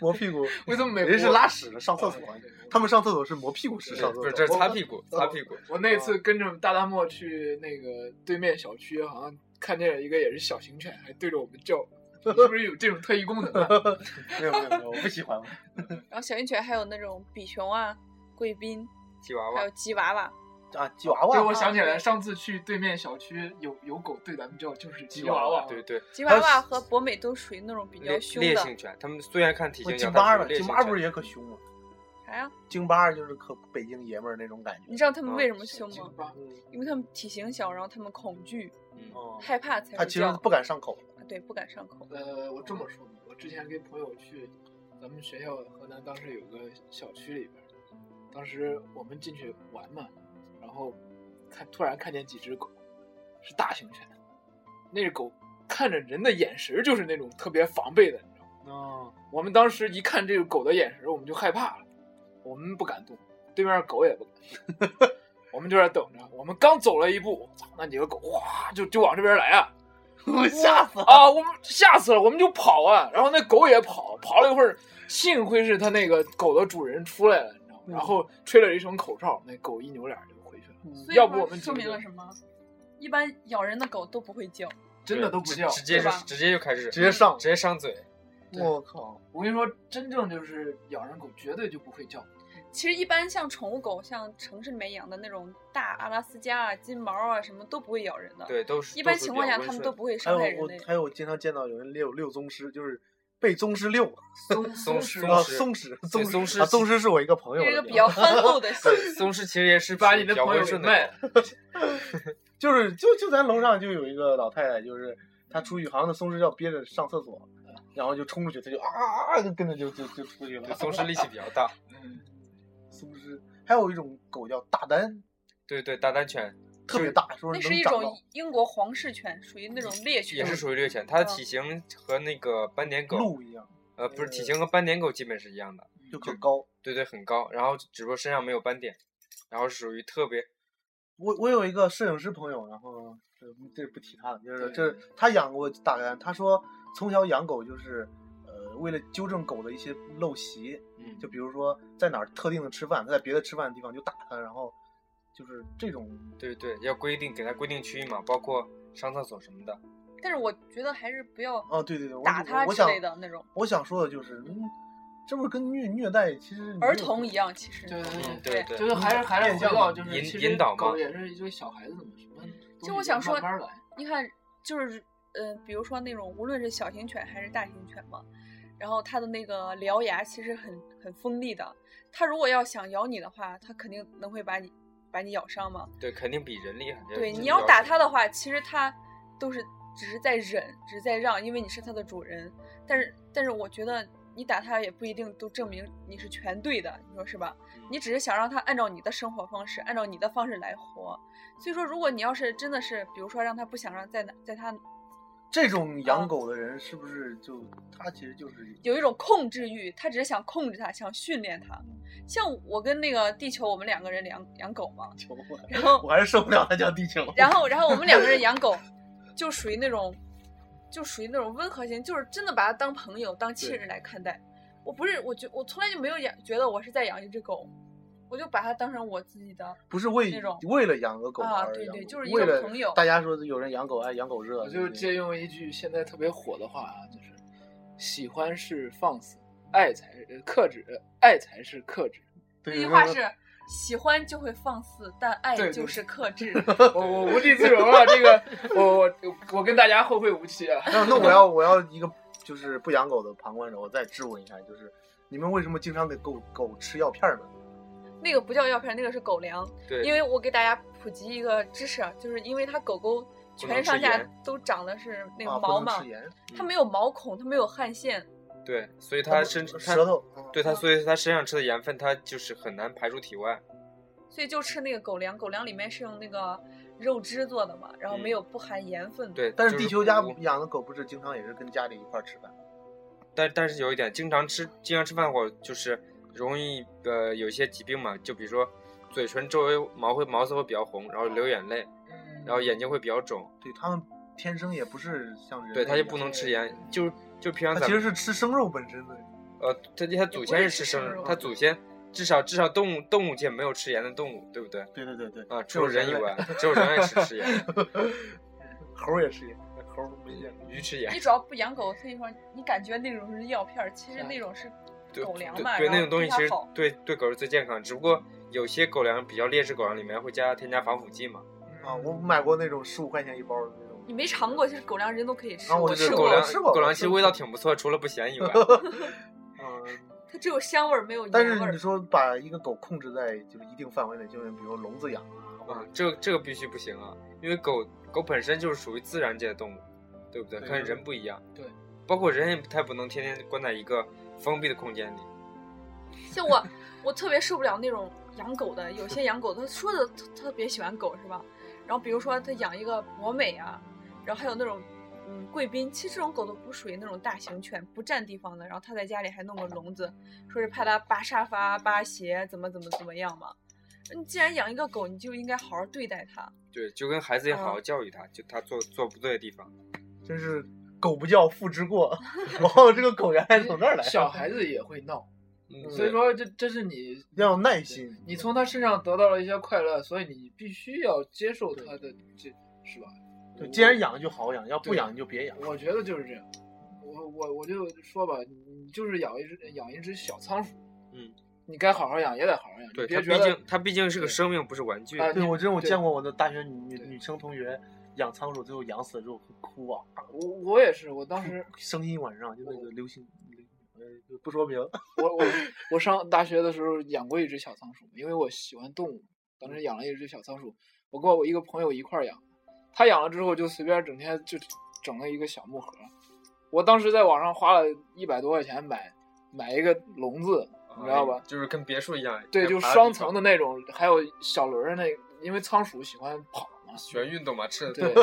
[SPEAKER 3] 磨屁 [laughs] 股，
[SPEAKER 6] [laughs] 为什么美国哦
[SPEAKER 3] 人是拉屎了上厕所，啊他
[SPEAKER 6] 们
[SPEAKER 3] 们上厕所是磨屁股是上
[SPEAKER 4] 不
[SPEAKER 3] 厕
[SPEAKER 4] 是这
[SPEAKER 3] 所，
[SPEAKER 4] 是擦屁股擦屁股，
[SPEAKER 6] 我那次跟着大大漠去那个对面小区，好像看见了一个也是小型犬，还对着我们叫，你是不是有这种特异功能啊？
[SPEAKER 3] [laughs] [laughs] 没有没有没有，我不喜
[SPEAKER 4] [laughs]
[SPEAKER 3] 欢，
[SPEAKER 5] 然后小型犬还有那种比熊啊、贵宾，
[SPEAKER 4] 吉娃
[SPEAKER 5] 还
[SPEAKER 4] 娃
[SPEAKER 5] 有。吉娃娃。
[SPEAKER 3] 啊，吉娃
[SPEAKER 6] 对，
[SPEAKER 3] 娃
[SPEAKER 6] 我想起来上次去对面小区有有狗对咱们叫，就是吉娃娃。
[SPEAKER 4] 对对，
[SPEAKER 5] 吉娃娃和博美都属于那种比较
[SPEAKER 4] 烈
[SPEAKER 5] 凶
[SPEAKER 4] 烈
[SPEAKER 5] 的，
[SPEAKER 4] 性犬，它们虽然看体
[SPEAKER 6] 哦
[SPEAKER 4] 型
[SPEAKER 3] 京
[SPEAKER 4] 像，
[SPEAKER 3] 巴
[SPEAKER 4] 但
[SPEAKER 3] 呢，
[SPEAKER 4] 是烈
[SPEAKER 3] 京
[SPEAKER 4] 性
[SPEAKER 3] 巴不
[SPEAKER 4] 犬
[SPEAKER 3] 是。也可凶吗？
[SPEAKER 5] 啥哎呀？
[SPEAKER 3] 京巴就是可北京爷们儿那种感觉，
[SPEAKER 5] 你知道他们
[SPEAKER 4] 嗯
[SPEAKER 5] 为什么凶
[SPEAKER 6] 吉
[SPEAKER 5] 吗？
[SPEAKER 6] 娃娃
[SPEAKER 3] 嗯，
[SPEAKER 5] 因为他们体型小，然后他们恐惧、
[SPEAKER 4] 嗯
[SPEAKER 3] 哦，
[SPEAKER 5] 害怕才
[SPEAKER 3] 他
[SPEAKER 5] 会
[SPEAKER 3] 其实
[SPEAKER 5] 叫，
[SPEAKER 3] 不敢上口，
[SPEAKER 5] 对，不敢上口。
[SPEAKER 6] 呃，我这么说吧，我之前跟朋友去咱们学校河南，当时有个小区里边儿，当时我们进去玩嘛，然后看突然看见几只狗，是大型犬，那只狗看着人的眼神儿就是那种特别防备的，你知道吗？
[SPEAKER 3] 哦，
[SPEAKER 6] 我们当时一看这个狗的眼神儿，我们就害怕了，我们不敢动，对面狗也不敢动我们就在那等着。我们刚走了一步，操那几个狗哗就就往这边来啊！
[SPEAKER 3] [laughs] 我吓死了，
[SPEAKER 6] 啊，我们吓死了，我们就跑啊，然后那狗也跑，跑了一会儿，幸亏是它那个狗的主人出来了，你知道吗？
[SPEAKER 3] 嗯
[SPEAKER 6] 然后吹了一声口哨，那狗一扭脸就回去了，
[SPEAKER 5] 嗯所以
[SPEAKER 6] 要不
[SPEAKER 5] 说
[SPEAKER 6] 我们
[SPEAKER 5] 说
[SPEAKER 6] 几
[SPEAKER 5] 明
[SPEAKER 6] 个
[SPEAKER 5] 了什么？一般咬人的狗都不会叫，
[SPEAKER 6] 真的都不
[SPEAKER 4] 直
[SPEAKER 6] 叫。
[SPEAKER 4] 直接
[SPEAKER 5] 对
[SPEAKER 4] 就
[SPEAKER 5] 吧
[SPEAKER 4] 直接就开始
[SPEAKER 3] 直接上，
[SPEAKER 4] 直接上嘴，
[SPEAKER 6] 啊对
[SPEAKER 3] 我靠，
[SPEAKER 6] 我跟你说，真正就是咬人狗绝对就不会叫，
[SPEAKER 5] 其实一般像宠物狗，像城市里面养的那种大阿拉斯加啊、金毛啊什么都不会咬人的。，
[SPEAKER 4] 对，都是
[SPEAKER 5] 一
[SPEAKER 4] 都
[SPEAKER 5] 般
[SPEAKER 4] 是
[SPEAKER 5] 情
[SPEAKER 4] 比
[SPEAKER 5] 况
[SPEAKER 4] 较
[SPEAKER 5] 下
[SPEAKER 4] 温
[SPEAKER 5] 它们
[SPEAKER 4] 顺
[SPEAKER 5] 都不会
[SPEAKER 3] 还
[SPEAKER 5] 伤害
[SPEAKER 3] 有
[SPEAKER 5] 人
[SPEAKER 3] 我
[SPEAKER 5] 类。
[SPEAKER 3] 还有我经常见到有人遛遛宗师，就是被宗师遛，
[SPEAKER 6] 松
[SPEAKER 4] 松
[SPEAKER 6] 狮
[SPEAKER 4] 松
[SPEAKER 3] 啊，
[SPEAKER 4] 狮
[SPEAKER 3] 松狮，宗
[SPEAKER 4] 宗
[SPEAKER 3] 师
[SPEAKER 4] 师
[SPEAKER 3] 啊，宗师是我一个朋友
[SPEAKER 5] 这
[SPEAKER 3] [laughs] 的
[SPEAKER 5] 是
[SPEAKER 3] 地
[SPEAKER 5] 个
[SPEAKER 3] 方，
[SPEAKER 5] 比较憨厚的小
[SPEAKER 4] 松狮其实也是
[SPEAKER 6] [laughs] 把
[SPEAKER 4] 属于
[SPEAKER 6] 你的
[SPEAKER 4] 比较
[SPEAKER 6] 朋友
[SPEAKER 4] 温
[SPEAKER 6] 给
[SPEAKER 4] 顺
[SPEAKER 6] 卖
[SPEAKER 4] 的
[SPEAKER 6] 了
[SPEAKER 4] 狗，
[SPEAKER 3] 就是就就咱楼上就有一个老太太，就是她出去好像那松狮要憋着上厕所，然后就冲出去，她就啊啊啊，就跟着就就就出去
[SPEAKER 4] 对，
[SPEAKER 3] 了。
[SPEAKER 4] 松狮力气比较大。
[SPEAKER 3] 松狮，还有一种狗叫大丹，
[SPEAKER 4] 对对，大丹犬
[SPEAKER 3] 特别大，说
[SPEAKER 5] 那是
[SPEAKER 3] 能
[SPEAKER 5] 一
[SPEAKER 3] 长
[SPEAKER 5] 种
[SPEAKER 3] 到
[SPEAKER 5] 英国皇室犬，属于那种猎犬，
[SPEAKER 4] 也是属于猎犬，它的
[SPEAKER 5] 嗯
[SPEAKER 4] 体型和那个斑点狗，
[SPEAKER 3] 鹿一样，
[SPEAKER 4] 呃，不是体型和斑点狗基本是一样的，
[SPEAKER 3] 就可高。
[SPEAKER 4] 对对，很高，然后只不过身上没有斑点，然后属于特别
[SPEAKER 3] 我我有一个摄影师朋友，然后这这不提他了，就是
[SPEAKER 6] 对
[SPEAKER 3] 这他养过大丹，他说从小养狗就是呃为了纠正狗的一些陋习，
[SPEAKER 4] 嗯
[SPEAKER 3] 就比如说在哪儿特定的吃饭，他在别的吃饭的地方就打他，然后就是这种
[SPEAKER 4] 对对，要规定给它规定区域嘛，包括上厕所什么的。
[SPEAKER 5] 但是我觉得还是不要
[SPEAKER 3] 哦，对对对，我
[SPEAKER 5] 打他
[SPEAKER 3] 我
[SPEAKER 5] 之
[SPEAKER 3] 想
[SPEAKER 5] 类的那种
[SPEAKER 3] 我想说的就是，嗯，这不是跟虐虐待其实嗯没有
[SPEAKER 5] 儿童一样，其实
[SPEAKER 6] 对对
[SPEAKER 4] 嗯，
[SPEAKER 5] 对
[SPEAKER 4] 对
[SPEAKER 6] 就，是还是还是回到就是
[SPEAKER 4] 引
[SPEAKER 6] 其实
[SPEAKER 4] 引导嘛
[SPEAKER 6] 狗也是一个小孩子嘛，什么东西
[SPEAKER 5] 就我想说
[SPEAKER 6] 慢慢来，
[SPEAKER 5] 你看，就是呃，比如说那种无论是小型犬还是大型犬嘛，然后它的那个獠牙其实很很锋利的，它如果要想咬你的话，它肯定能会把你把你咬伤嘛。
[SPEAKER 4] 对，肯定比人厉害。这
[SPEAKER 5] 对，
[SPEAKER 4] 这
[SPEAKER 5] 你
[SPEAKER 4] 比
[SPEAKER 5] 要
[SPEAKER 4] 较
[SPEAKER 5] 打
[SPEAKER 4] 少
[SPEAKER 5] 它的话，其实它都是只是在忍，只是在让，因为你是它的主人。但是，但是我觉得你打它也不一定都证明你是全对的，你说是吧？
[SPEAKER 4] 嗯
[SPEAKER 5] 你只是想让它按照你的生活方式，按照你的方式来活。所以说，如果你要是真的是，比如说让它不想让在哪，在它
[SPEAKER 3] 这种养狗的人是不是就他其实就是
[SPEAKER 5] 嗯有一种控制欲，他只是想控制它，想训练它。
[SPEAKER 4] 嗯
[SPEAKER 5] 像我跟那个地球，我们两个人养养狗
[SPEAKER 4] [laughs]
[SPEAKER 5] 嘛，
[SPEAKER 3] 球啊？
[SPEAKER 5] 然后
[SPEAKER 3] 我还是受不了他叫地球。
[SPEAKER 5] 然后，然后我们两个人养狗，就属于那种，就属于那种温和型，就是真的把它当朋友、当亲人来看待。我不是，我觉我从来就没有养，觉得我是在养一只狗，我就把它当成我自己的。
[SPEAKER 3] 不是为
[SPEAKER 5] 那种
[SPEAKER 3] 为了养个狗
[SPEAKER 5] 啊
[SPEAKER 3] 而
[SPEAKER 5] 对
[SPEAKER 3] 养
[SPEAKER 5] 对
[SPEAKER 3] 狗
[SPEAKER 5] 就是一
[SPEAKER 3] 为
[SPEAKER 5] 个
[SPEAKER 3] 了
[SPEAKER 5] 朋友
[SPEAKER 3] 大家说有人养狗爱养狗
[SPEAKER 4] 啊
[SPEAKER 3] 热，
[SPEAKER 6] 我就借用一句现在特别火的话啊，就是喜欢是放肆，爱才是克制，爱才是克制。
[SPEAKER 5] 这
[SPEAKER 3] 对
[SPEAKER 5] 句话是：喜欢就会放肆，但爱
[SPEAKER 6] 对
[SPEAKER 5] 就是克制。
[SPEAKER 6] [laughs] 我我无地自容啊！这个我我我跟大家后会无期啊！
[SPEAKER 3] 那那
[SPEAKER 4] [laughs]
[SPEAKER 3] 我要我要一个就是不养狗的旁观者，我再质问一下，就是你们为什么经常给狗狗吃药片儿呢？
[SPEAKER 5] 那个不叫药片，那个是狗粮。
[SPEAKER 4] 对，
[SPEAKER 5] 因为我给大家普及一个知识，啊，就是因为它狗狗全身上
[SPEAKER 4] 不能
[SPEAKER 5] 下
[SPEAKER 4] 吃盐
[SPEAKER 5] 都长的是那
[SPEAKER 3] 啊，
[SPEAKER 5] 个毛
[SPEAKER 3] 不
[SPEAKER 5] 嘛，
[SPEAKER 3] 能吃盐，
[SPEAKER 5] 它没有毛孔，它没有汗腺，
[SPEAKER 4] 对，所以它身它
[SPEAKER 3] 舌头，嗯
[SPEAKER 4] 对它，所以它身上吃的盐分，它就是很难排出体外。
[SPEAKER 5] 所以就吃那个狗粮，狗粮里面是用那个肉汁做的嘛，然后没有不含盐分的。
[SPEAKER 4] 嗯对，
[SPEAKER 3] 但是
[SPEAKER 4] 就
[SPEAKER 3] 地球家
[SPEAKER 4] 不
[SPEAKER 3] 养的狗不是经常也是跟家里一块儿吃饭？
[SPEAKER 4] 但但是有一点，经常吃经常吃饭后就是容易呃有一些疾病嘛，就比如说嘴唇周围毛会毛色会比较红，然后流眼泪，然后眼睛会比较肿。
[SPEAKER 3] 对，它们天生也不是像人类一样，
[SPEAKER 4] 对，它就不能吃盐，就就平常
[SPEAKER 3] 它
[SPEAKER 4] 咱
[SPEAKER 3] 啊其实
[SPEAKER 4] 们
[SPEAKER 3] 是吃生肉本身的。
[SPEAKER 4] 呃，它它祖先
[SPEAKER 5] 也不
[SPEAKER 4] 是吃
[SPEAKER 5] 是吃
[SPEAKER 4] 生
[SPEAKER 5] 生
[SPEAKER 4] 肉，
[SPEAKER 5] 肉
[SPEAKER 4] 它祖先至少至少动物动物界没有吃盐的动物，对不对？
[SPEAKER 3] 对对对 [laughs] 对，
[SPEAKER 4] 啊，
[SPEAKER 3] 只
[SPEAKER 4] 除
[SPEAKER 3] 有
[SPEAKER 4] 了人以
[SPEAKER 3] 类
[SPEAKER 4] 外，只有人爱吃吃盐，
[SPEAKER 3] 猴儿也吃盐，猴儿没见过。
[SPEAKER 4] 鱼吃盐
[SPEAKER 5] 你。只要不养狗，所以说你感觉那种是药片儿，其实那种是
[SPEAKER 4] 对
[SPEAKER 5] 狗粮
[SPEAKER 4] 对
[SPEAKER 5] 嘛，
[SPEAKER 4] 对
[SPEAKER 5] 然后
[SPEAKER 4] 那种东西
[SPEAKER 5] 对它
[SPEAKER 4] 其实
[SPEAKER 5] 好
[SPEAKER 4] 对对狗是最健康的，只不过有些狗粮比较劣质狗粮里面会加添加防腐剂嘛，
[SPEAKER 3] 啊，我买过那种十五块钱一包的那种。
[SPEAKER 5] 你没尝过，其实狗粮人都可以吃，
[SPEAKER 3] 然后我
[SPEAKER 5] 我
[SPEAKER 3] 就
[SPEAKER 5] 吃
[SPEAKER 3] 是
[SPEAKER 4] 狗
[SPEAKER 5] 过
[SPEAKER 4] 粮
[SPEAKER 5] 了，
[SPEAKER 3] 吃过
[SPEAKER 4] 狗粮
[SPEAKER 3] 我
[SPEAKER 4] 其
[SPEAKER 3] 吃
[SPEAKER 4] 实
[SPEAKER 3] 过
[SPEAKER 4] 味道挺不错，除了不咸以外，
[SPEAKER 3] 嗯，
[SPEAKER 5] 它只有香味儿没有
[SPEAKER 3] 但
[SPEAKER 5] 盐味
[SPEAKER 3] 是
[SPEAKER 5] 儿
[SPEAKER 3] 你。说把一个狗控制在就是一定范围内，就是比如笼子养啊，或
[SPEAKER 4] 啊
[SPEAKER 3] 者，
[SPEAKER 4] 这个这个必须不行啊，因为狗狗本身就是属于自然界的动物，对不对？
[SPEAKER 3] 对
[SPEAKER 4] 跟人不一样，
[SPEAKER 6] 对，
[SPEAKER 4] 包括人也不太不能天天关在一个封闭的空间里，
[SPEAKER 5] 像我，我特别受不了那种养狗的，有些养狗的说的特特别喜欢狗是吧？然后比如说他养一个博美啊，然后还有那种嗯贵宾，其实这种狗都不属于那种大型犬，不占地方的。然后他在家里还弄个笼子，说是怕它扒沙发、扒鞋，怎么怎么怎么样嘛。你既然养一个狗，你就应该好好对待它。
[SPEAKER 4] 对，就跟孩子也好
[SPEAKER 6] 嗯
[SPEAKER 4] 好
[SPEAKER 5] 啊
[SPEAKER 4] 教育它，就它做做不对的地方，
[SPEAKER 3] 真是狗不叫父之过。哦，这个狗原来从那儿来，
[SPEAKER 6] 小孩子也会闹，
[SPEAKER 4] 嗯，
[SPEAKER 6] 所以说这这是你
[SPEAKER 3] 要有耐心。
[SPEAKER 6] 你从他身上得到了一些快乐，所以你必须要接受他的这，是吧？
[SPEAKER 3] 对，既然养就好养，要不
[SPEAKER 6] 对
[SPEAKER 3] 养就别养。
[SPEAKER 6] 我觉得就是这样。我我我就说吧，你就是养一只养一只小仓鼠，
[SPEAKER 4] 嗯，
[SPEAKER 6] 你该好好养也得好好养，
[SPEAKER 4] 对
[SPEAKER 6] 你
[SPEAKER 4] 它
[SPEAKER 6] 别
[SPEAKER 4] 毕
[SPEAKER 6] 觉得
[SPEAKER 4] 竟它毕竟是个
[SPEAKER 6] 对
[SPEAKER 4] 生命，不是玩具，
[SPEAKER 6] 啊
[SPEAKER 3] 对
[SPEAKER 6] 你
[SPEAKER 3] 我真我
[SPEAKER 6] 对
[SPEAKER 3] 见过我的大学女女
[SPEAKER 6] 对
[SPEAKER 3] 女生同学养仓鼠，最后养死了之后会哭啊，
[SPEAKER 6] 我我也是，我当时
[SPEAKER 3] 伤心一晚上，就那
[SPEAKER 6] 哦
[SPEAKER 3] 个流星，呃，不说
[SPEAKER 6] [laughs]
[SPEAKER 3] 明。
[SPEAKER 6] 我我我上大学的时候养过一只小仓鼠，因为我喜欢动物，当时养了一只小仓鼠，我跟我一个朋友一块儿养，他养了之后就随便整天就整了一个小木盒，我当时在网上花了一百多块钱买买一个笼子，你知道吧？
[SPEAKER 4] 哎就是跟别墅一样，
[SPEAKER 6] 对，
[SPEAKER 4] 跟
[SPEAKER 6] 就
[SPEAKER 4] 爬的
[SPEAKER 6] 双
[SPEAKER 4] 地方
[SPEAKER 6] 层的那种，还有小轮儿那，因为仓鼠喜欢跑嘛，
[SPEAKER 4] 喜欢运动嘛，吃的
[SPEAKER 6] [laughs] 对，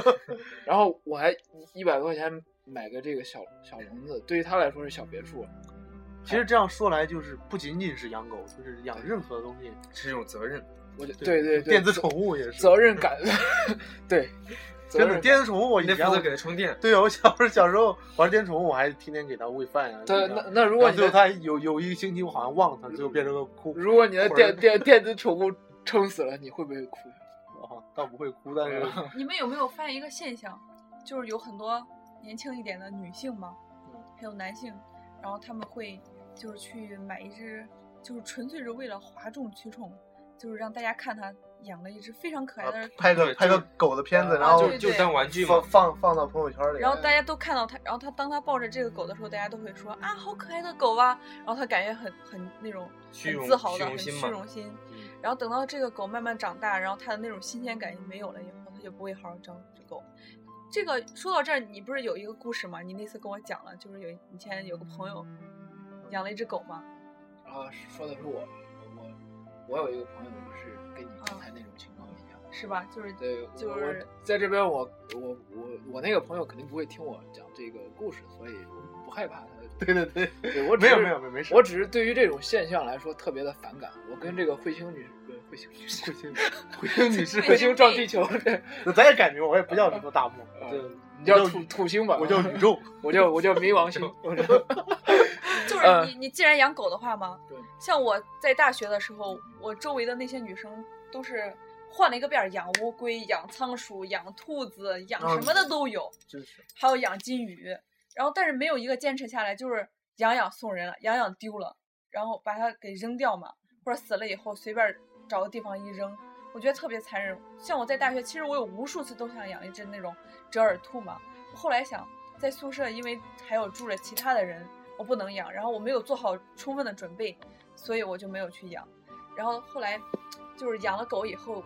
[SPEAKER 6] 然后我还一百多块钱买个这个小小笼子，对于他来说是小别墅，啊
[SPEAKER 3] 其实这样说来，就是不仅仅是养狗，就是养任何东西，
[SPEAKER 4] 是一种责任。
[SPEAKER 6] 我觉得对对对，
[SPEAKER 3] 电子宠物也是。
[SPEAKER 6] 责任感， [laughs] 对，责
[SPEAKER 3] 真的，
[SPEAKER 6] 任
[SPEAKER 3] 电子宠物我以
[SPEAKER 4] 你得
[SPEAKER 3] 前
[SPEAKER 4] 负责
[SPEAKER 3] 我
[SPEAKER 4] 给它充电。
[SPEAKER 3] 对啊，我小时候小时候玩电宠物，我还天天给它喂啊饭呀、
[SPEAKER 6] 对，
[SPEAKER 3] 给它
[SPEAKER 6] 那那如果
[SPEAKER 3] 然后
[SPEAKER 6] 你
[SPEAKER 3] 最后
[SPEAKER 6] 的
[SPEAKER 3] 它有有一个星期，我好像忘了它，最后变成个哭。
[SPEAKER 6] 如果你的
[SPEAKER 3] 或者
[SPEAKER 6] 电电电子宠物撑死了，你会不会哭？
[SPEAKER 3] 啊，倒不会哭，但是
[SPEAKER 5] 你们有没有发现一个现象，就是有很多年轻一点的女性嘛，
[SPEAKER 4] 嗯
[SPEAKER 5] 还有男性，然后他们会就是去买一只，就是纯粹是为了哗众取宠，就是让大家看他养了一只非常可爱
[SPEAKER 4] 啊
[SPEAKER 5] 的，
[SPEAKER 3] 拍个
[SPEAKER 4] 对
[SPEAKER 3] 拍个
[SPEAKER 4] 就
[SPEAKER 3] 狗的片子，
[SPEAKER 5] 啊
[SPEAKER 3] 然后
[SPEAKER 4] 就就当玩具嘛
[SPEAKER 3] 放。放放到朋友圈里。啊
[SPEAKER 5] 然后大家都看到它，然后它当它抱着这个狗的时候，大家都会说啊，好可爱的狗啊，然后它感觉很很那种
[SPEAKER 4] 虚
[SPEAKER 5] 很
[SPEAKER 4] 荣
[SPEAKER 5] 自豪
[SPEAKER 4] 虚
[SPEAKER 5] 的，
[SPEAKER 4] 荣
[SPEAKER 5] 很
[SPEAKER 4] 心
[SPEAKER 5] 虚
[SPEAKER 4] 嘛
[SPEAKER 5] 荣心。
[SPEAKER 4] 嗯
[SPEAKER 5] 然后等到这个狗慢慢长大，然后它的那种新鲜感也没有了以后，它就不会好好照顾这狗。这个说到这儿，你不是有一个故事吗？你那次跟我讲了，就是有以前有个朋友养了一只狗嘛，
[SPEAKER 6] 啊，说的是我，我我有一个朋友就是跟你刚才那种情况一样。
[SPEAKER 5] 是吧？就是
[SPEAKER 6] 对， [laughs]
[SPEAKER 5] 就
[SPEAKER 6] 我
[SPEAKER 5] 是
[SPEAKER 6] 我在这边我，我我我那个朋友肯定不会听我讲这个故事，所以不害怕他。
[SPEAKER 3] [laughs] 对对对，
[SPEAKER 6] 对我只
[SPEAKER 3] 没有
[SPEAKER 6] 是
[SPEAKER 3] 没有没有没事。
[SPEAKER 6] 我只是对于这种现象来说特别的反感。我跟这个彗星女，对彗星女士，彗 [laughs] 星
[SPEAKER 3] 回头你是
[SPEAKER 6] 彗星撞地球，对，
[SPEAKER 3] 咱也感觉我也不叫什么大漠，对，
[SPEAKER 6] 啊你叫
[SPEAKER 3] 我
[SPEAKER 6] 土土星吧，
[SPEAKER 3] 我
[SPEAKER 6] [laughs]
[SPEAKER 3] 叫宇宙。
[SPEAKER 6] 我叫我叫冥王星， [laughs] 我叫
[SPEAKER 5] 就是
[SPEAKER 6] 呃
[SPEAKER 5] 你你既然养狗的话嘛
[SPEAKER 6] 对，
[SPEAKER 5] 像我在大学的时候，我周围的那些女生都是换了一个遍儿养乌龟、养仓鼠、养兔子、养
[SPEAKER 6] 哦
[SPEAKER 5] 什么的都有，
[SPEAKER 3] 真是
[SPEAKER 5] 还有养金鱼，然后但是没有一个坚持下来，就是养养送人了，养养丢了，然后把它给扔掉嘛，或者死了以后随便找个地方一扔，我觉得特别残忍。像我在大学，其实我有无数次都想养一只那种折耳兔嘛，后来想在宿舍，因为还有住着其他的人，我不能养，然后我没有做好充分的准备，所以我就没有去养。然后后来就是养了狗以后，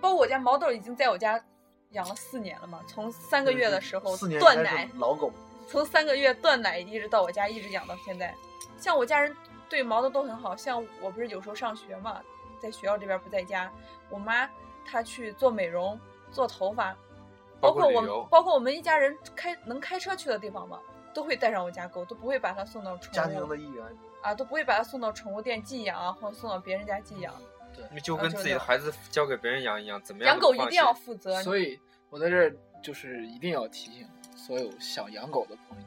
[SPEAKER 5] 包括我家毛豆已经在我家养了四年了嘛，从三个月的时候
[SPEAKER 3] 四年
[SPEAKER 5] 断
[SPEAKER 3] 应该
[SPEAKER 5] 奶
[SPEAKER 3] 是，老狗，
[SPEAKER 5] [laughs] 从三个月断奶一直到我家一直养到现在。像我家人对毛豆都很好，像我不是有时候上学嘛，在学校这边不在家，我妈她去做美容、做头发，
[SPEAKER 4] 包
[SPEAKER 5] 包括
[SPEAKER 4] 括
[SPEAKER 5] 我
[SPEAKER 4] 旅游
[SPEAKER 5] 们包括我们一家人开能开车去的地方嘛，都会带上我家狗，都不会把它送到
[SPEAKER 3] 家
[SPEAKER 5] 宠
[SPEAKER 3] 庭
[SPEAKER 5] 物
[SPEAKER 3] 的一员。
[SPEAKER 5] 啊，都不会把它送到宠物店寄养啊，或者送到别人家寄养。
[SPEAKER 4] 就
[SPEAKER 6] 啊
[SPEAKER 4] 跟自己的孩子交给别人养一样，怎么样
[SPEAKER 5] 养
[SPEAKER 4] 都
[SPEAKER 5] 狗
[SPEAKER 4] 不
[SPEAKER 5] 一
[SPEAKER 4] 放
[SPEAKER 5] 定要
[SPEAKER 4] 心
[SPEAKER 5] 负责，
[SPEAKER 6] 所以我在这儿就是一定要提醒所有想养狗的朋友，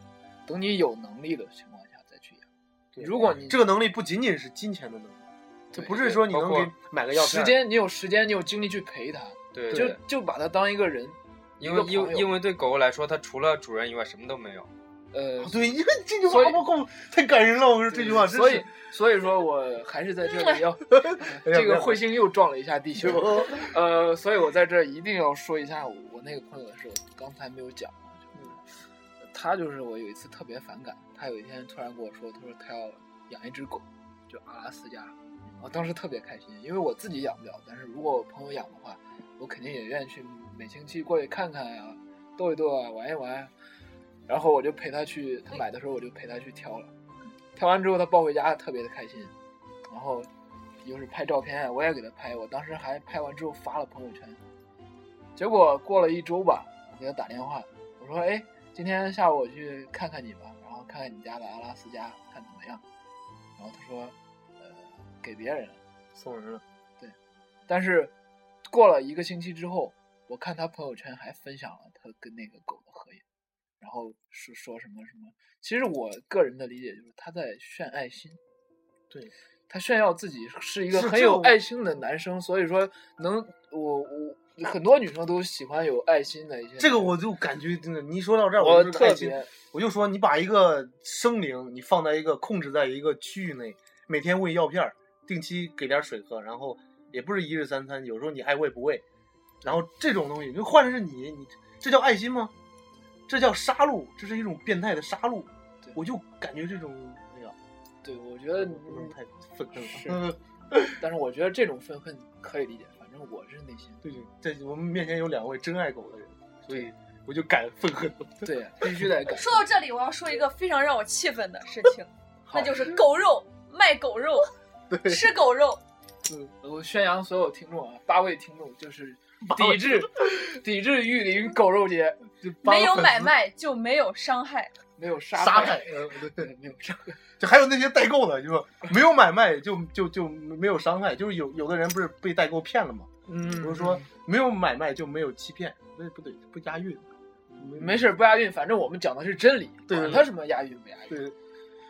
[SPEAKER 6] 等你有能力的情况下再去养。
[SPEAKER 3] 对
[SPEAKER 6] 如果你
[SPEAKER 3] 这个能力不仅仅是金钱的能力，就
[SPEAKER 6] 对
[SPEAKER 3] 不是说你能
[SPEAKER 4] 包括
[SPEAKER 3] 给买个药片
[SPEAKER 6] 时
[SPEAKER 3] 儿，
[SPEAKER 6] 间，你有时间，你有精力去陪它，
[SPEAKER 4] 对，
[SPEAKER 6] 就
[SPEAKER 4] 对
[SPEAKER 6] 就把它当一个人。
[SPEAKER 4] 因为
[SPEAKER 6] 一个
[SPEAKER 4] 因
[SPEAKER 6] 朋
[SPEAKER 4] 为
[SPEAKER 6] 友
[SPEAKER 4] 因为对狗狗来说，它除了主人以外什么都没有。
[SPEAKER 6] 呃
[SPEAKER 3] 哦，对，因为这句
[SPEAKER 6] 所
[SPEAKER 3] 话
[SPEAKER 6] 以
[SPEAKER 3] 我够太感人了，我说这
[SPEAKER 6] 对
[SPEAKER 3] 句话真
[SPEAKER 6] 所以
[SPEAKER 3] 是。
[SPEAKER 6] 所以说我还是在这里要，
[SPEAKER 3] [laughs] 哎呀哎
[SPEAKER 6] 这个彗星又撞了一下地球。呃，所以我在这儿一定要说一下我我那个朋友的事，我刚才没有讲。就是他就是我有一次特别反感，他有一天突然跟我说，他说他要养一只狗，就阿拉斯加。我当时特别开心，因为我自己养不了，但是如果我朋友养的话，我肯定也愿意去每星期过去看看呀、逗一逗啊，玩一玩啊。然后我就陪他去，他买的时候我就陪他去挑了，挑完之后他抱回家特别的开心，然后又是拍照片，啊我也给他拍，我当时还拍完之后发了朋友圈。结果过了一周吧，我给他打电话，我说：“哎，今天下午我去看看你吧，然后看看你家的阿拉斯加，看怎么样。”然后他说：“呃，给别人了。”
[SPEAKER 3] 送人了，
[SPEAKER 6] 但是过了一个星期之后，我看他朋友圈还分享了他跟那个狗的合影，然后是说什么什么。其实我个人的理解就是他在炫爱心，
[SPEAKER 3] 对
[SPEAKER 6] 他炫耀自己是一个
[SPEAKER 3] 是
[SPEAKER 6] 很
[SPEAKER 3] 这
[SPEAKER 6] 有
[SPEAKER 3] 种
[SPEAKER 6] 爱心的男生，所以说能我我很多女生都喜欢有爱心的一些。
[SPEAKER 3] 这个我就感觉真的，你一说到这儿，
[SPEAKER 6] 我
[SPEAKER 3] 就哎
[SPEAKER 6] 特
[SPEAKER 3] 开心。
[SPEAKER 6] 别
[SPEAKER 3] 我就说你把一个生灵，你放在一个控制在一个区域内，每天喂药片儿，定期给点水喝，然后也不是一日三餐，有时候你爱喂不喂，然后这种东西，就换成是你，你这叫爱心吗？这叫杀戮，这是一种变态的杀戮
[SPEAKER 6] 对。
[SPEAKER 3] 我就感觉这种，哎呀，
[SPEAKER 6] 对，我觉得你
[SPEAKER 3] 不能太愤
[SPEAKER 6] 是
[SPEAKER 3] 恨了。
[SPEAKER 6] 但是我觉得这种愤恨可以理解，反正我是内心
[SPEAKER 3] 对，在我们面前有两位真爱狗的人，所以我就敢愤恨。 [laughs]
[SPEAKER 6] 对，啊必须得感
[SPEAKER 5] 说到这里，我要说一个非常让我气愤的事情，那就是狗肉卖狗肉，吃狗肉。
[SPEAKER 6] 呃我宣扬所有听众啊，八位听众就是抵制 [laughs] 抵制玉林狗肉节，就八
[SPEAKER 5] 没有买卖就没有伤害，
[SPEAKER 6] 没有杀
[SPEAKER 3] 杀
[SPEAKER 6] 害
[SPEAKER 3] 害，，
[SPEAKER 6] 呃对，没有杀害，
[SPEAKER 3] 就还有那些代购的，就说没有买卖就就就没有伤害，就是有有的人不是被代购骗了嘛，
[SPEAKER 6] 嗯
[SPEAKER 3] 比如说没有买卖就没有欺骗，那不对，不押韵，
[SPEAKER 6] 没事儿不押韵，反正我们讲的是真理，
[SPEAKER 3] 对
[SPEAKER 6] 管
[SPEAKER 3] 对
[SPEAKER 6] 他什么押韵不押韵，
[SPEAKER 3] 对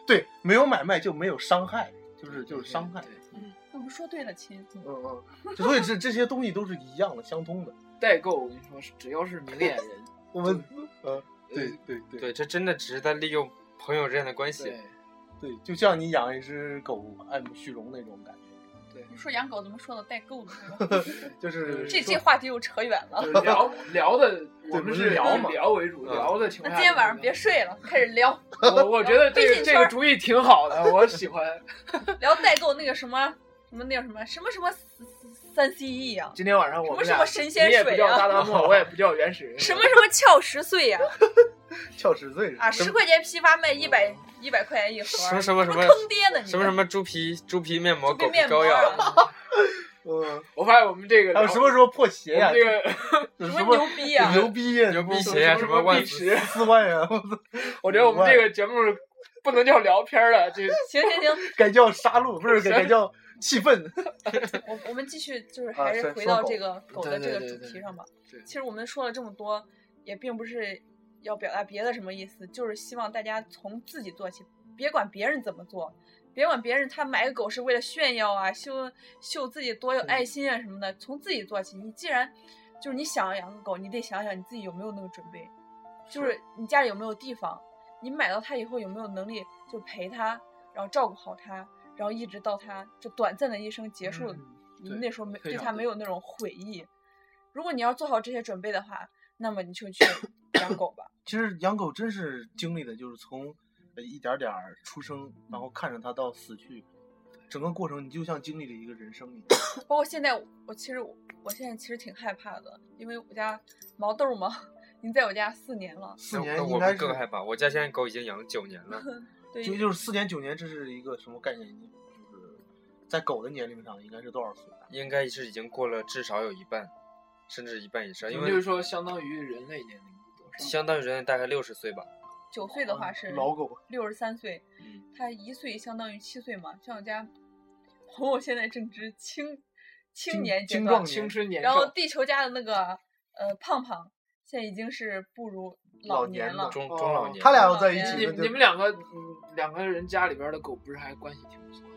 [SPEAKER 3] 对，没有买卖就没有伤害，就是就是伤害，
[SPEAKER 6] 嗯对
[SPEAKER 5] 我们说对了，亲。
[SPEAKER 3] 嗯嗯，所以这这些东西都是一样的，相通的。
[SPEAKER 6] 代购我跟你说，只要是明眼人，
[SPEAKER 3] 我们呃，对对对
[SPEAKER 4] 对，这真的只是在利用朋友之间的关系
[SPEAKER 6] 对。
[SPEAKER 3] 对，就像你养一只狗爱慕虚荣那种感觉，
[SPEAKER 6] 对，
[SPEAKER 5] 你说养狗怎么说的带够的那种？
[SPEAKER 3] 就是
[SPEAKER 5] 嗯这
[SPEAKER 3] 说
[SPEAKER 5] 这话题又扯远了。
[SPEAKER 6] 就是聊聊的，我们
[SPEAKER 3] 不
[SPEAKER 6] 是
[SPEAKER 3] 是
[SPEAKER 6] 聊
[SPEAKER 3] 聊嘛嗯
[SPEAKER 6] 聊为主，聊的情
[SPEAKER 5] 那
[SPEAKER 6] 况下。
[SPEAKER 5] 今天晚上别睡了，开始聊
[SPEAKER 6] 我我觉得这
[SPEAKER 5] 微
[SPEAKER 6] 个
[SPEAKER 5] 信
[SPEAKER 6] 这
[SPEAKER 5] 圈
[SPEAKER 6] 个主意挺好的，我喜欢。
[SPEAKER 5] [laughs] 聊代购那个什么什么那叫什么什么什么三 C E 啊，
[SPEAKER 6] 今天晚上
[SPEAKER 5] 什么
[SPEAKER 6] 我们
[SPEAKER 5] 什
[SPEAKER 6] 俩
[SPEAKER 5] 么，神仙
[SPEAKER 6] 你也不
[SPEAKER 5] 水
[SPEAKER 6] 叫
[SPEAKER 5] 啊，
[SPEAKER 6] 大
[SPEAKER 3] [laughs]
[SPEAKER 6] 大漠，我也不叫原始人，
[SPEAKER 5] 什么什么俏十岁呀
[SPEAKER 3] 跳十岁是吧
[SPEAKER 5] 啊，十块钱批发卖一百一百块钱一盒，
[SPEAKER 4] 什么什么什么
[SPEAKER 5] 坑爹呢你？
[SPEAKER 4] 什么什么猪皮猪皮面膜、狗
[SPEAKER 5] 猪皮
[SPEAKER 4] 皮
[SPEAKER 5] 面膜
[SPEAKER 4] 膏药，
[SPEAKER 5] 啊，
[SPEAKER 3] 嗯，
[SPEAKER 6] 我发现我们这个
[SPEAKER 3] 还有什么时候破鞋
[SPEAKER 6] 我
[SPEAKER 3] 呀
[SPEAKER 6] 们？这个
[SPEAKER 3] 有
[SPEAKER 5] 什
[SPEAKER 3] 什
[SPEAKER 5] 么
[SPEAKER 3] 么
[SPEAKER 5] 牛逼啊！
[SPEAKER 3] 牛逼呀？
[SPEAKER 4] 牛逼鞋啊，
[SPEAKER 6] 什
[SPEAKER 4] 什
[SPEAKER 6] 么
[SPEAKER 4] 万
[SPEAKER 6] 碧池
[SPEAKER 4] 斯，
[SPEAKER 3] 四万呀！我操，
[SPEAKER 6] [laughs] 我觉得我们这个节目是不能叫聊天儿了，这
[SPEAKER 5] 行行行，
[SPEAKER 3] 改叫杀戮，不是改叫气氛。
[SPEAKER 5] 我我们继续就是
[SPEAKER 3] 啊
[SPEAKER 5] 还是
[SPEAKER 3] 说
[SPEAKER 5] 回
[SPEAKER 3] 说
[SPEAKER 5] 到
[SPEAKER 3] 狗
[SPEAKER 5] 这个狗的
[SPEAKER 6] 对
[SPEAKER 5] 这个
[SPEAKER 6] 对对
[SPEAKER 5] 主
[SPEAKER 6] 对
[SPEAKER 5] 题上吧
[SPEAKER 6] 对。
[SPEAKER 5] 其实我们说了这么多，也并不是要表达别的什么意思，就是希望大家从自己做起，别管别人怎么做，别管别人他买个狗是为了炫耀啊，秀秀自己多有爱心啊什么的，从自己做起。你既然就是你想养个狗，你得想想你自己有没有那个准备，就是你家里有没有地方，你买到它以后有没有能力就陪它，然后照顾好它。然后一直到它就短暂的一生结束，你
[SPEAKER 6] 嗯对
[SPEAKER 5] 那时候没
[SPEAKER 6] 非
[SPEAKER 5] 对
[SPEAKER 6] 常
[SPEAKER 5] 它
[SPEAKER 6] 对
[SPEAKER 5] 没有那种悔意。如果你要做好这些准备的话，那么你就去养狗吧。
[SPEAKER 3] 其实养狗真是经历的，就是从呃一点儿点儿出生，然后看着它到死去，整个过程你就像经历了一个人生一
[SPEAKER 4] [coughs]
[SPEAKER 3] 样。
[SPEAKER 5] 包括现在我，我其实我我现在其实挺害怕的，因为我家毛豆儿嘛，已经在我家四年了。
[SPEAKER 3] 四
[SPEAKER 4] 那
[SPEAKER 3] 年
[SPEAKER 4] 那
[SPEAKER 3] 应
[SPEAKER 4] 我
[SPEAKER 3] 该
[SPEAKER 4] 们
[SPEAKER 3] 是
[SPEAKER 4] 更害怕。我家现在狗已经养了九年
[SPEAKER 5] [laughs]
[SPEAKER 4] 了，
[SPEAKER 5] 对，
[SPEAKER 3] 就就是四年九年，这是一个什么概念？就是在狗的年龄上应该是多少岁？啊
[SPEAKER 4] 应该是已经过了至少有一半，甚至一半以上，
[SPEAKER 3] 嗯
[SPEAKER 4] 因
[SPEAKER 6] 也就是
[SPEAKER 4] 为
[SPEAKER 6] 说相当于人类年龄的
[SPEAKER 5] 嗯
[SPEAKER 6] 多少？
[SPEAKER 4] 相当于人类大概六十岁吧。
[SPEAKER 5] 九岁的话是
[SPEAKER 3] 老狗，
[SPEAKER 5] 六十三岁，
[SPEAKER 4] 嗯，
[SPEAKER 5] 它一岁相当于七岁嘛。像我家朋友现在正值青青
[SPEAKER 3] 青
[SPEAKER 5] 年阶
[SPEAKER 3] 青
[SPEAKER 5] 段
[SPEAKER 3] 壮，
[SPEAKER 6] 青春年
[SPEAKER 5] 然后
[SPEAKER 6] 少，
[SPEAKER 5] 地球家的那个呃胖胖，现在已经是步入老
[SPEAKER 3] 老
[SPEAKER 5] 年
[SPEAKER 3] 年
[SPEAKER 5] 了
[SPEAKER 3] 了。
[SPEAKER 4] 中
[SPEAKER 6] 哦
[SPEAKER 4] 中老年。
[SPEAKER 3] 他俩要在一
[SPEAKER 5] 青
[SPEAKER 6] 呃你
[SPEAKER 3] 起，
[SPEAKER 6] 们你们两个嗯两个人家里边的狗不是还关系挺不错的？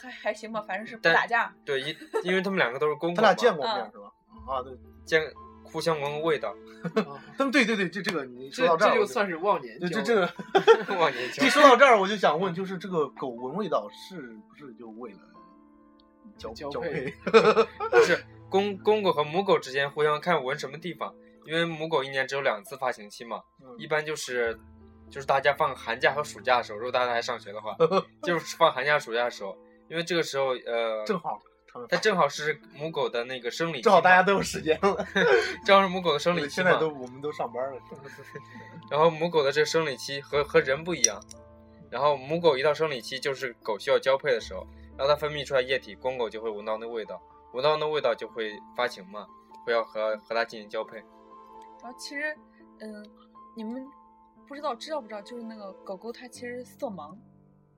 [SPEAKER 5] 还还行吧，反正是不
[SPEAKER 4] 但
[SPEAKER 5] 打架。
[SPEAKER 4] 对，因因为他们两个都是公
[SPEAKER 3] 他
[SPEAKER 4] 狗
[SPEAKER 3] 俩
[SPEAKER 4] 嘛，
[SPEAKER 3] 见过
[SPEAKER 5] 嗯
[SPEAKER 3] 面是吧？啊，对，
[SPEAKER 4] 见互相闻闻味道，
[SPEAKER 3] [laughs]
[SPEAKER 4] [laughs]
[SPEAKER 6] 啊
[SPEAKER 3] 他们对对对，这这个你说
[SPEAKER 6] 这
[SPEAKER 3] 到
[SPEAKER 6] 这
[SPEAKER 3] 儿，
[SPEAKER 6] 就
[SPEAKER 3] 我
[SPEAKER 6] 算是忘年
[SPEAKER 3] 对
[SPEAKER 6] 交
[SPEAKER 3] 这
[SPEAKER 6] 了。
[SPEAKER 3] 这个
[SPEAKER 4] 忘年
[SPEAKER 3] [laughs]
[SPEAKER 4] 交
[SPEAKER 3] 一。说到这儿，我就想问，就是这个狗闻味道是不是就为了交
[SPEAKER 6] 交
[SPEAKER 3] 交
[SPEAKER 6] 配
[SPEAKER 3] 配？
[SPEAKER 4] 不是公公狗和母狗之间互相看闻什么地方，因为母狗一年只有两次发情期嘛，
[SPEAKER 3] 嗯
[SPEAKER 4] 一般就是就是大家放寒假和暑假的时候，如果大家还上学
[SPEAKER 3] [laughs]
[SPEAKER 4] 的话，就是放寒假暑假的时候，因为这个时候呃，
[SPEAKER 3] 正好他们
[SPEAKER 4] 它正好是母狗的那个生理期嘛，
[SPEAKER 3] 正好大家都有时间了，
[SPEAKER 4] [laughs] 正好是母狗的生理期
[SPEAKER 3] 现在
[SPEAKER 4] 嘛，
[SPEAKER 3] 都 [laughs] 我们都上班了，
[SPEAKER 4] 然后母狗的这个生理期和和人不一样，然后母狗一到生理期就是狗需要交配的时候，然后它分泌出来液体，公狗就会闻到那味道，闻到那味道就会发情嘛，会要和和它进行交配。
[SPEAKER 5] 然后其实，嗯，你们不知道知道不知道，就是那个狗狗它其实色盲，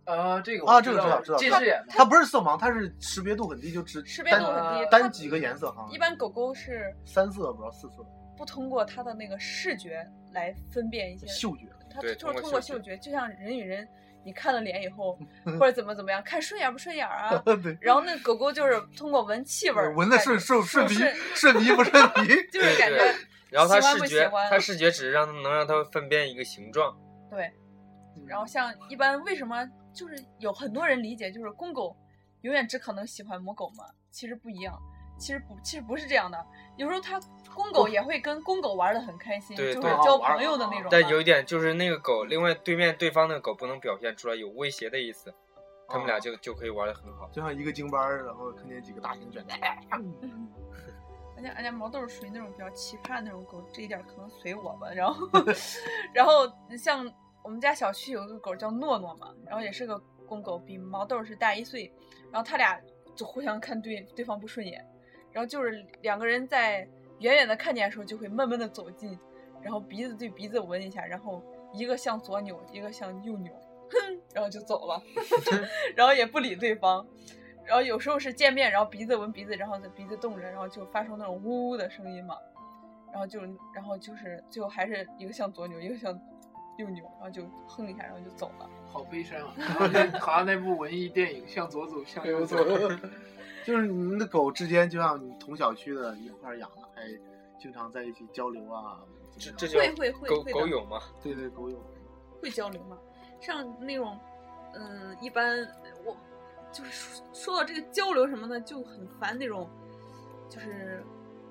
[SPEAKER 6] 啊，这个
[SPEAKER 3] 啊
[SPEAKER 6] 我
[SPEAKER 3] 这
[SPEAKER 6] 知
[SPEAKER 3] 个知道
[SPEAKER 6] 道
[SPEAKER 3] 知道
[SPEAKER 6] 近
[SPEAKER 3] 知道
[SPEAKER 6] 视眼嘛
[SPEAKER 3] 它不是色盲，它是识别度很低，就只
[SPEAKER 5] 识别度
[SPEAKER 3] 单
[SPEAKER 5] 很低。它
[SPEAKER 3] 单几个颜色哈，
[SPEAKER 5] 一般狗狗是
[SPEAKER 3] 三色不知道四色，
[SPEAKER 5] 不通过它的那个视觉来分辨一些，
[SPEAKER 3] 嗅觉。
[SPEAKER 5] 它
[SPEAKER 4] 对
[SPEAKER 5] 就是
[SPEAKER 4] 通过
[SPEAKER 5] 通过
[SPEAKER 4] 嗅
[SPEAKER 5] 嗅觉，就像人与人，你看了脸以后，或者怎么怎么样，看顺眼不顺眼儿啊
[SPEAKER 3] [laughs] 对，
[SPEAKER 5] 然后那狗狗就是通过闻气味儿，，
[SPEAKER 3] 闻的 [laughs] 顺顺顺鼻顺鼻不顺鼻
[SPEAKER 5] [laughs] 就是
[SPEAKER 4] 对
[SPEAKER 5] 感觉
[SPEAKER 4] 对然后它
[SPEAKER 5] 喜欢
[SPEAKER 4] 视
[SPEAKER 5] 不喜
[SPEAKER 4] 觉，
[SPEAKER 5] 欢
[SPEAKER 4] 它视觉只是让它能让它分辨一个形状，
[SPEAKER 5] 对，
[SPEAKER 4] 嗯
[SPEAKER 5] 然后像一般为什么就是有很多人理解就是公狗永远只可能喜欢母狗嘛，其实不一样，其实不其实不是这样的，有时候它公狗也会跟公狗玩的很开心，
[SPEAKER 4] 对
[SPEAKER 5] 就是
[SPEAKER 4] 对
[SPEAKER 5] 交朋友的那种嘛。
[SPEAKER 4] 但有一点就是那个狗，另外对面对方那个狗不能表现出来有威胁的意思，它
[SPEAKER 5] 哦
[SPEAKER 4] 们俩就就可以玩的很好。
[SPEAKER 3] 就像一个京巴儿，然后看见几个大型犬，
[SPEAKER 5] 而且而且毛豆儿属于那种比较奇葩的那种狗，这一点儿可能随我吧。然后然后像我们家小区有一个狗叫诺诺嘛，然后也是个公狗，比毛豆儿是大一岁，然后他俩就互相看对对方不顺眼，然后就是两个人在远远的看见的时候就会慢慢的走近，然后鼻子对鼻子闻一下，然后一个向左扭，一个向右扭，哼，然后就走了，然后也不理对方。然后有时候是见面，然后鼻子闻鼻子，然后鼻子动着，然后就发出那种呜呜的声音嘛，然后就然后就是最后还是一个向左扭，一个向右扭，然后就哼一下，然后就走了。
[SPEAKER 6] [laughs] 好悲伤啊！好像好像那部文艺电影《向左走，向右走》 [laughs]
[SPEAKER 3] 就是你们的狗之间，就像你同小区的一块儿养的，还经常在一起交流啊。
[SPEAKER 4] 这
[SPEAKER 3] 怎么样
[SPEAKER 4] 这
[SPEAKER 5] 会
[SPEAKER 4] 叫
[SPEAKER 5] 会会
[SPEAKER 4] 狗
[SPEAKER 5] 会
[SPEAKER 4] 狗
[SPEAKER 5] 的
[SPEAKER 4] 友嘛？
[SPEAKER 3] 对对狗友，
[SPEAKER 5] 会交流嘛，像那种嗯，一般我就是说说到这个交流什么的，就很烦那种，就是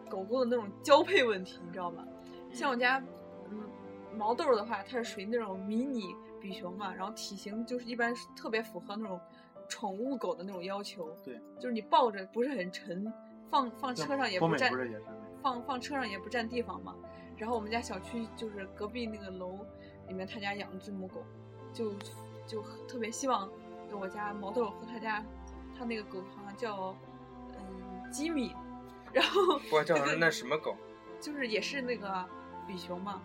[SPEAKER 5] 狗狗的那种交配问题，你知道吧？像我家，嗯，毛豆儿的话，它是属于那种迷你比熊嘛，然后体型就是一般是特别符合那种宠物狗的那种要求。
[SPEAKER 3] 对，
[SPEAKER 5] 就是你抱着不是很沉，放放车上也
[SPEAKER 3] 欧
[SPEAKER 5] 不
[SPEAKER 3] 美
[SPEAKER 5] 占，
[SPEAKER 3] 不是也是
[SPEAKER 5] 放放车上也不占地方嘛。然后我们家小区就是隔壁那个楼里面，他家养了只母狗，就就很特别希望就我家毛豆和他家他那个狗好像叫嗯吉米，然后
[SPEAKER 4] 不过叫
[SPEAKER 5] 那个
[SPEAKER 4] 那什么狗，
[SPEAKER 5] 就是也是那个比熊嘛，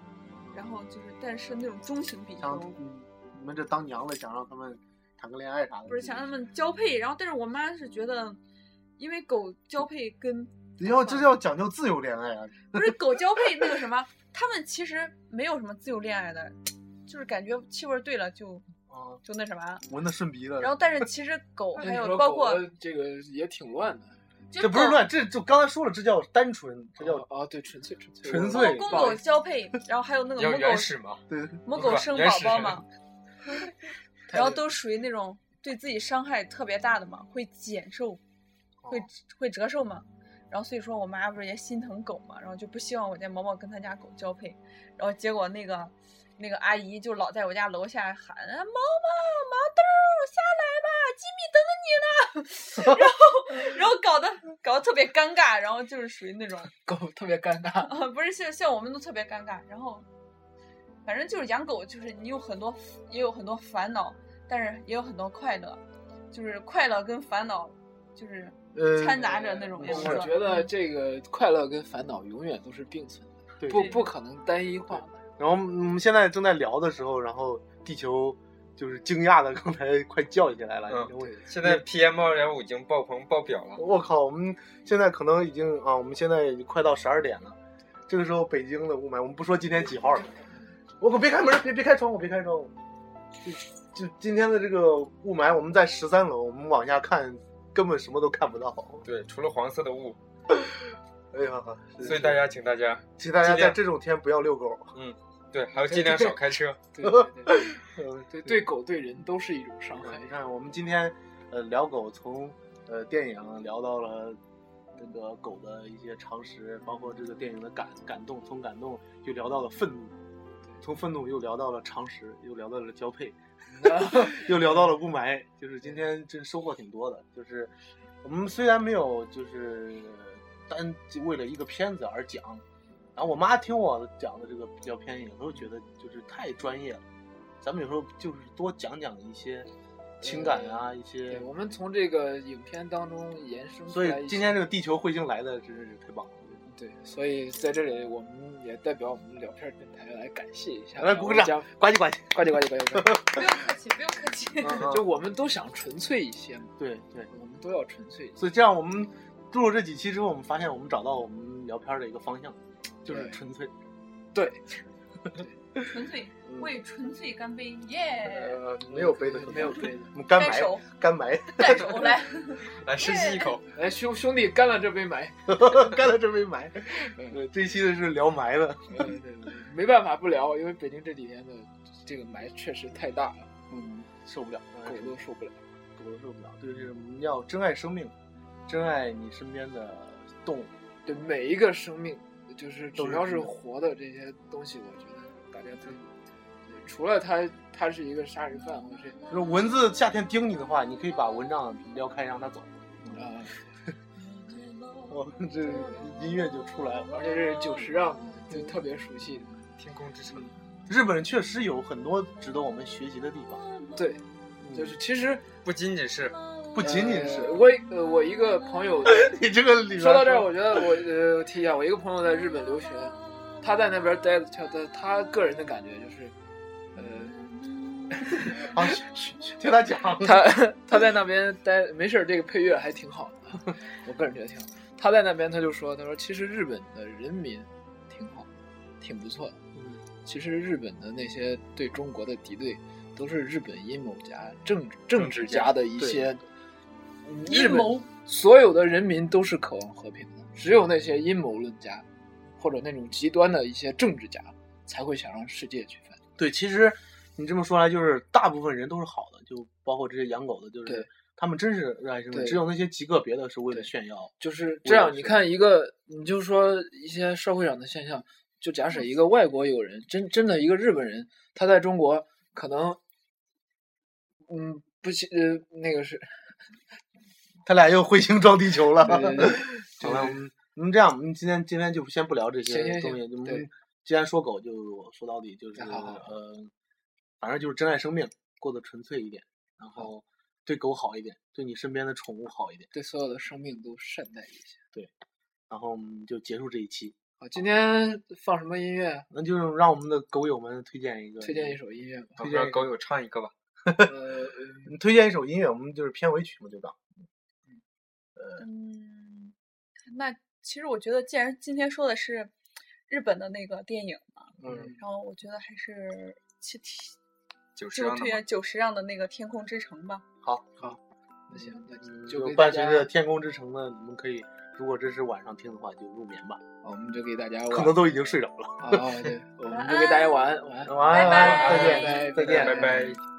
[SPEAKER 5] 然后就是但是那种中型比
[SPEAKER 3] 像
[SPEAKER 5] 熊，
[SPEAKER 3] 嗯你们这当娘了，想让他们谈个恋爱啥的，
[SPEAKER 5] 不是想让他们交配，然后但是我妈是觉得，因为狗交配跟
[SPEAKER 3] 这要这要讲究自由恋爱啊！
[SPEAKER 5] 不是狗交配那个什么，他们其实没有什么自由恋爱的，就是感觉气味儿对了就
[SPEAKER 3] 啊，
[SPEAKER 5] 就那什么，
[SPEAKER 3] 闻的顺鼻的。
[SPEAKER 5] 然后但是其实狗还
[SPEAKER 6] 哦那你
[SPEAKER 5] 有
[SPEAKER 6] 说
[SPEAKER 5] 包
[SPEAKER 6] 狗
[SPEAKER 5] 括
[SPEAKER 6] 的这个也挺乱的。
[SPEAKER 5] 就
[SPEAKER 3] 这不是
[SPEAKER 5] 狗
[SPEAKER 3] 乱，这就刚才说了，这叫单纯，这叫
[SPEAKER 6] 哦哦，对，纯粹纯粹
[SPEAKER 3] 纯
[SPEAKER 5] 公
[SPEAKER 3] 粹
[SPEAKER 5] 公
[SPEAKER 6] 不好
[SPEAKER 5] 狗
[SPEAKER 6] 意思
[SPEAKER 5] 交配，然后还 [laughs] 有那
[SPEAKER 4] 比
[SPEAKER 5] 个
[SPEAKER 4] 较
[SPEAKER 5] 母狗
[SPEAKER 4] 原始
[SPEAKER 5] [laughs]
[SPEAKER 4] 嘛。
[SPEAKER 3] 对
[SPEAKER 5] 母狗生宝宝
[SPEAKER 6] [laughs]
[SPEAKER 5] 嘛，
[SPEAKER 6] 太
[SPEAKER 5] 然后
[SPEAKER 6] 对
[SPEAKER 5] 都属于那种对自己伤害特别大的嘛，会减寿，会
[SPEAKER 6] 哦
[SPEAKER 5] 会折寿嘛。然后所以说我妈不是也心疼狗嘛，然后就不希望我家毛毛跟他家狗交配。然后结果那个那个阿姨就老在我家楼下喊啊毛毛毛豆儿下来吧，吉米等你 [laughs] 呢。然后然后搞得搞得特别尴尬，然后就是属于那种
[SPEAKER 6] 狗特别尴尬。
[SPEAKER 5] 啊， [laughs] 不是像像我们都特别尴尬。然后，反正就是养狗，就是你有很多也有很多烦恼，但是也有很多快乐，就是快乐跟烦恼就是
[SPEAKER 3] 呃
[SPEAKER 5] 掺杂着那种。
[SPEAKER 6] 我
[SPEAKER 5] 是
[SPEAKER 6] 我
[SPEAKER 5] 吧
[SPEAKER 6] 觉得这个快乐跟烦恼永远都是并存的，
[SPEAKER 3] 对
[SPEAKER 6] 不
[SPEAKER 5] 对
[SPEAKER 6] 不可能单一化
[SPEAKER 3] [laughs]
[SPEAKER 6] 的。
[SPEAKER 3] 然后我们现在正在聊的时候，然后地球就是惊讶的，刚才快叫起来了。
[SPEAKER 4] 嗯
[SPEAKER 3] 因为
[SPEAKER 4] 现在 PM 二点五已经爆棚爆表了，
[SPEAKER 3] 我靠，我们现在可能已经啊，我们现在快到十二点了。这个时候北京的雾霾，我们不说今天几号了，我可别开门，别别开窗户，别开窗户。就就今天的这个雾霾，我们在十三楼，我们往下看，根本什么都看不到。
[SPEAKER 4] 对，除了黄色的雾，
[SPEAKER 3] 哎呀，真是
[SPEAKER 4] 所以大家请大家
[SPEAKER 3] 请大家
[SPEAKER 4] 尽
[SPEAKER 3] 在
[SPEAKER 4] 量
[SPEAKER 3] 这种天不要遛狗。
[SPEAKER 4] 对，还有尽量少开车。
[SPEAKER 6] 对对
[SPEAKER 3] [laughs]
[SPEAKER 6] 对
[SPEAKER 3] 嗯，
[SPEAKER 6] 对，对狗对人都是一种伤害
[SPEAKER 3] 你。看，我们今天呃聊狗从，呃电影聊到了这个狗的一些常识，包括这个电影的感感动，从感动又聊到了愤怒，从愤怒又聊到了常识，又聊到了交
[SPEAKER 4] [laughs]
[SPEAKER 3] 配，又聊到了雾霾。就是今天真收获挺多的。就是我们虽然没有就是单就为了一个片子而讲，然后我妈听我讲的这个聊片，有时候觉得就是太专业了。咱们有时候就是多讲讲一些情感啊，一些
[SPEAKER 6] 对，我们从这个影片当中延伸出
[SPEAKER 3] 所
[SPEAKER 6] 来一些，
[SPEAKER 3] 以今天这个地球彗星来的真是太棒了！
[SPEAKER 6] 对，所以在这里我们也代表我们的聊片电台来感谢一下，
[SPEAKER 3] 来鼓个掌
[SPEAKER 6] 我们家，
[SPEAKER 3] 呱唧呱唧。
[SPEAKER 6] 呱唧呱唧呱唧呱唧。
[SPEAKER 5] 不用客气，不用客
[SPEAKER 4] [laughs]
[SPEAKER 5] 气。
[SPEAKER 6] 就我们都想纯粹一些嘛，
[SPEAKER 3] 对对，
[SPEAKER 6] 我们都要纯粹一些。
[SPEAKER 3] 所以这样我们录了这几期之后，我们发现我们找到我们聊天的一个方向，就是
[SPEAKER 6] 对
[SPEAKER 3] 纯粹。
[SPEAKER 6] 对，嗯
[SPEAKER 5] 纯粹为纯粹干杯，耶！
[SPEAKER 3] 呃，没有杯的，
[SPEAKER 6] 没有 [laughs] 杯的。
[SPEAKER 3] 我们干
[SPEAKER 5] 干
[SPEAKER 3] 埋
[SPEAKER 5] 手，
[SPEAKER 3] 干
[SPEAKER 6] [laughs]
[SPEAKER 3] 埋，
[SPEAKER 5] 干手来， [laughs]
[SPEAKER 4] 来深吸一口，
[SPEAKER 6] 来，哎兄兄弟，干了这杯埋。
[SPEAKER 3] 干了这杯埋。
[SPEAKER 6] 嗯
[SPEAKER 3] 对，这一期的是聊埋的，
[SPEAKER 6] 对对对， [laughs] 没办法不聊，因为北京这几天的这个霾确实太大了，
[SPEAKER 3] 嗯，受不了，
[SPEAKER 6] 狗都受不了。
[SPEAKER 3] 狗都受不了。就是我们要珍爱生命，珍爱你身边的动物。
[SPEAKER 6] 对每一个生命，就是
[SPEAKER 3] 都
[SPEAKER 6] 只
[SPEAKER 3] 是
[SPEAKER 6] 要是
[SPEAKER 3] 生命
[SPEAKER 6] 活的这些东西，我觉得大家都除了他，他是一个杀人犯，或是
[SPEAKER 3] 就是蚊子夏天叮你的话，你可以把蚊帐撩开让它走。嗯
[SPEAKER 6] 啊、
[SPEAKER 3] 哦，这音乐就出来了。
[SPEAKER 6] 而且是久石让就特别熟悉的。
[SPEAKER 4] 天空之城。
[SPEAKER 3] 日本确实有很多值得我们学习的地方，
[SPEAKER 6] 对，
[SPEAKER 3] 嗯
[SPEAKER 6] 就是其实
[SPEAKER 4] 不仅仅是
[SPEAKER 3] 不仅仅是
[SPEAKER 6] 呃、我呃我一个
[SPEAKER 3] [laughs]
[SPEAKER 6] 朋友，
[SPEAKER 3] 你这个里边
[SPEAKER 6] 呃说到这儿，我觉得我呃提一下，我一个朋友在日本留学，他在那边待的，他他他个人的感觉就是，呃。
[SPEAKER 3] 啊，听他讲，
[SPEAKER 6] [laughs] 他他在那边待没事儿，这个配乐还挺好的，我个人觉得挺好。他在那边他就说，他说其实日本的人民挺好，挺不错的。其实日本的那些对中国的敌对，都是日本阴谋家、政政治家的一些嗯日
[SPEAKER 5] 阴
[SPEAKER 6] 本
[SPEAKER 5] 谋
[SPEAKER 6] 所有的人民都是渴望和平的，只有那些阴谋论家或者那种极端的一些政治家才会想让世界去反。
[SPEAKER 3] 对，其实你这么说来，就是大部分人都是好的，就包括这些养狗的，就是
[SPEAKER 6] 对
[SPEAKER 3] 他们真是热爱生
[SPEAKER 6] 对
[SPEAKER 3] 命，只有那些极个别的是为了
[SPEAKER 6] 对
[SPEAKER 3] 炫耀。
[SPEAKER 6] 就是这样，你看一个，你就说一些社会上的现象，就假
[SPEAKER 3] 嗯
[SPEAKER 6] 使一个外国友人，真真的一个日本人，他在中国可能，嗯，不行，呃，那个
[SPEAKER 3] [laughs]
[SPEAKER 6] 是，
[SPEAKER 3] 他俩又彗星撞地球了。
[SPEAKER 6] 对对对
[SPEAKER 3] 好了，我们我嗯们这样，我们今天今天就先不聊这些
[SPEAKER 6] 行行
[SPEAKER 3] 东
[SPEAKER 6] 行
[SPEAKER 3] 西。我
[SPEAKER 6] 对
[SPEAKER 3] 们既然说狗，就说到底就是
[SPEAKER 6] 好好好
[SPEAKER 3] 呃，反正就是珍爱生命，过得纯粹一点，然后对狗好一点，对你身边的宠物好一点，
[SPEAKER 6] 对所有的生命都善待一些。
[SPEAKER 3] 然后我们就结束这一期。
[SPEAKER 6] 好，今天放什么音乐？
[SPEAKER 3] 那就是让我们的狗友们推荐一个，
[SPEAKER 6] 推荐一，首音乐吧。
[SPEAKER 4] 我让狗友唱一个吧。
[SPEAKER 6] 呃，
[SPEAKER 3] 你嗯推荐一首音乐，我们就是片尾曲嘛，对吧？
[SPEAKER 7] 嗯，那其实我觉得，既然今天说的是日本的那个电影嘛，
[SPEAKER 6] 嗯，
[SPEAKER 7] 然后我觉得还是去提
[SPEAKER 4] 九十
[SPEAKER 7] 就
[SPEAKER 4] 让的
[SPEAKER 7] 推
[SPEAKER 4] 吗？
[SPEAKER 7] 荐久石让的那个《天空之城》吧。
[SPEAKER 6] 那行，那
[SPEAKER 3] 嗯
[SPEAKER 6] 就给大
[SPEAKER 3] 伴随
[SPEAKER 6] 家，
[SPEAKER 3] 着《天空之城》呢，你们可以，如果这是晚上听的话，就入眠吧，
[SPEAKER 6] 好我们就给大家晚哦
[SPEAKER 3] 可能都已经睡着了。
[SPEAKER 6] 啊，对，我们就给大家晚安，晚安。
[SPEAKER 3] 晚安，晚安，
[SPEAKER 7] 拜
[SPEAKER 3] 再见，
[SPEAKER 6] 拜
[SPEAKER 3] 再
[SPEAKER 6] 拜
[SPEAKER 3] 见，
[SPEAKER 4] 拜拜。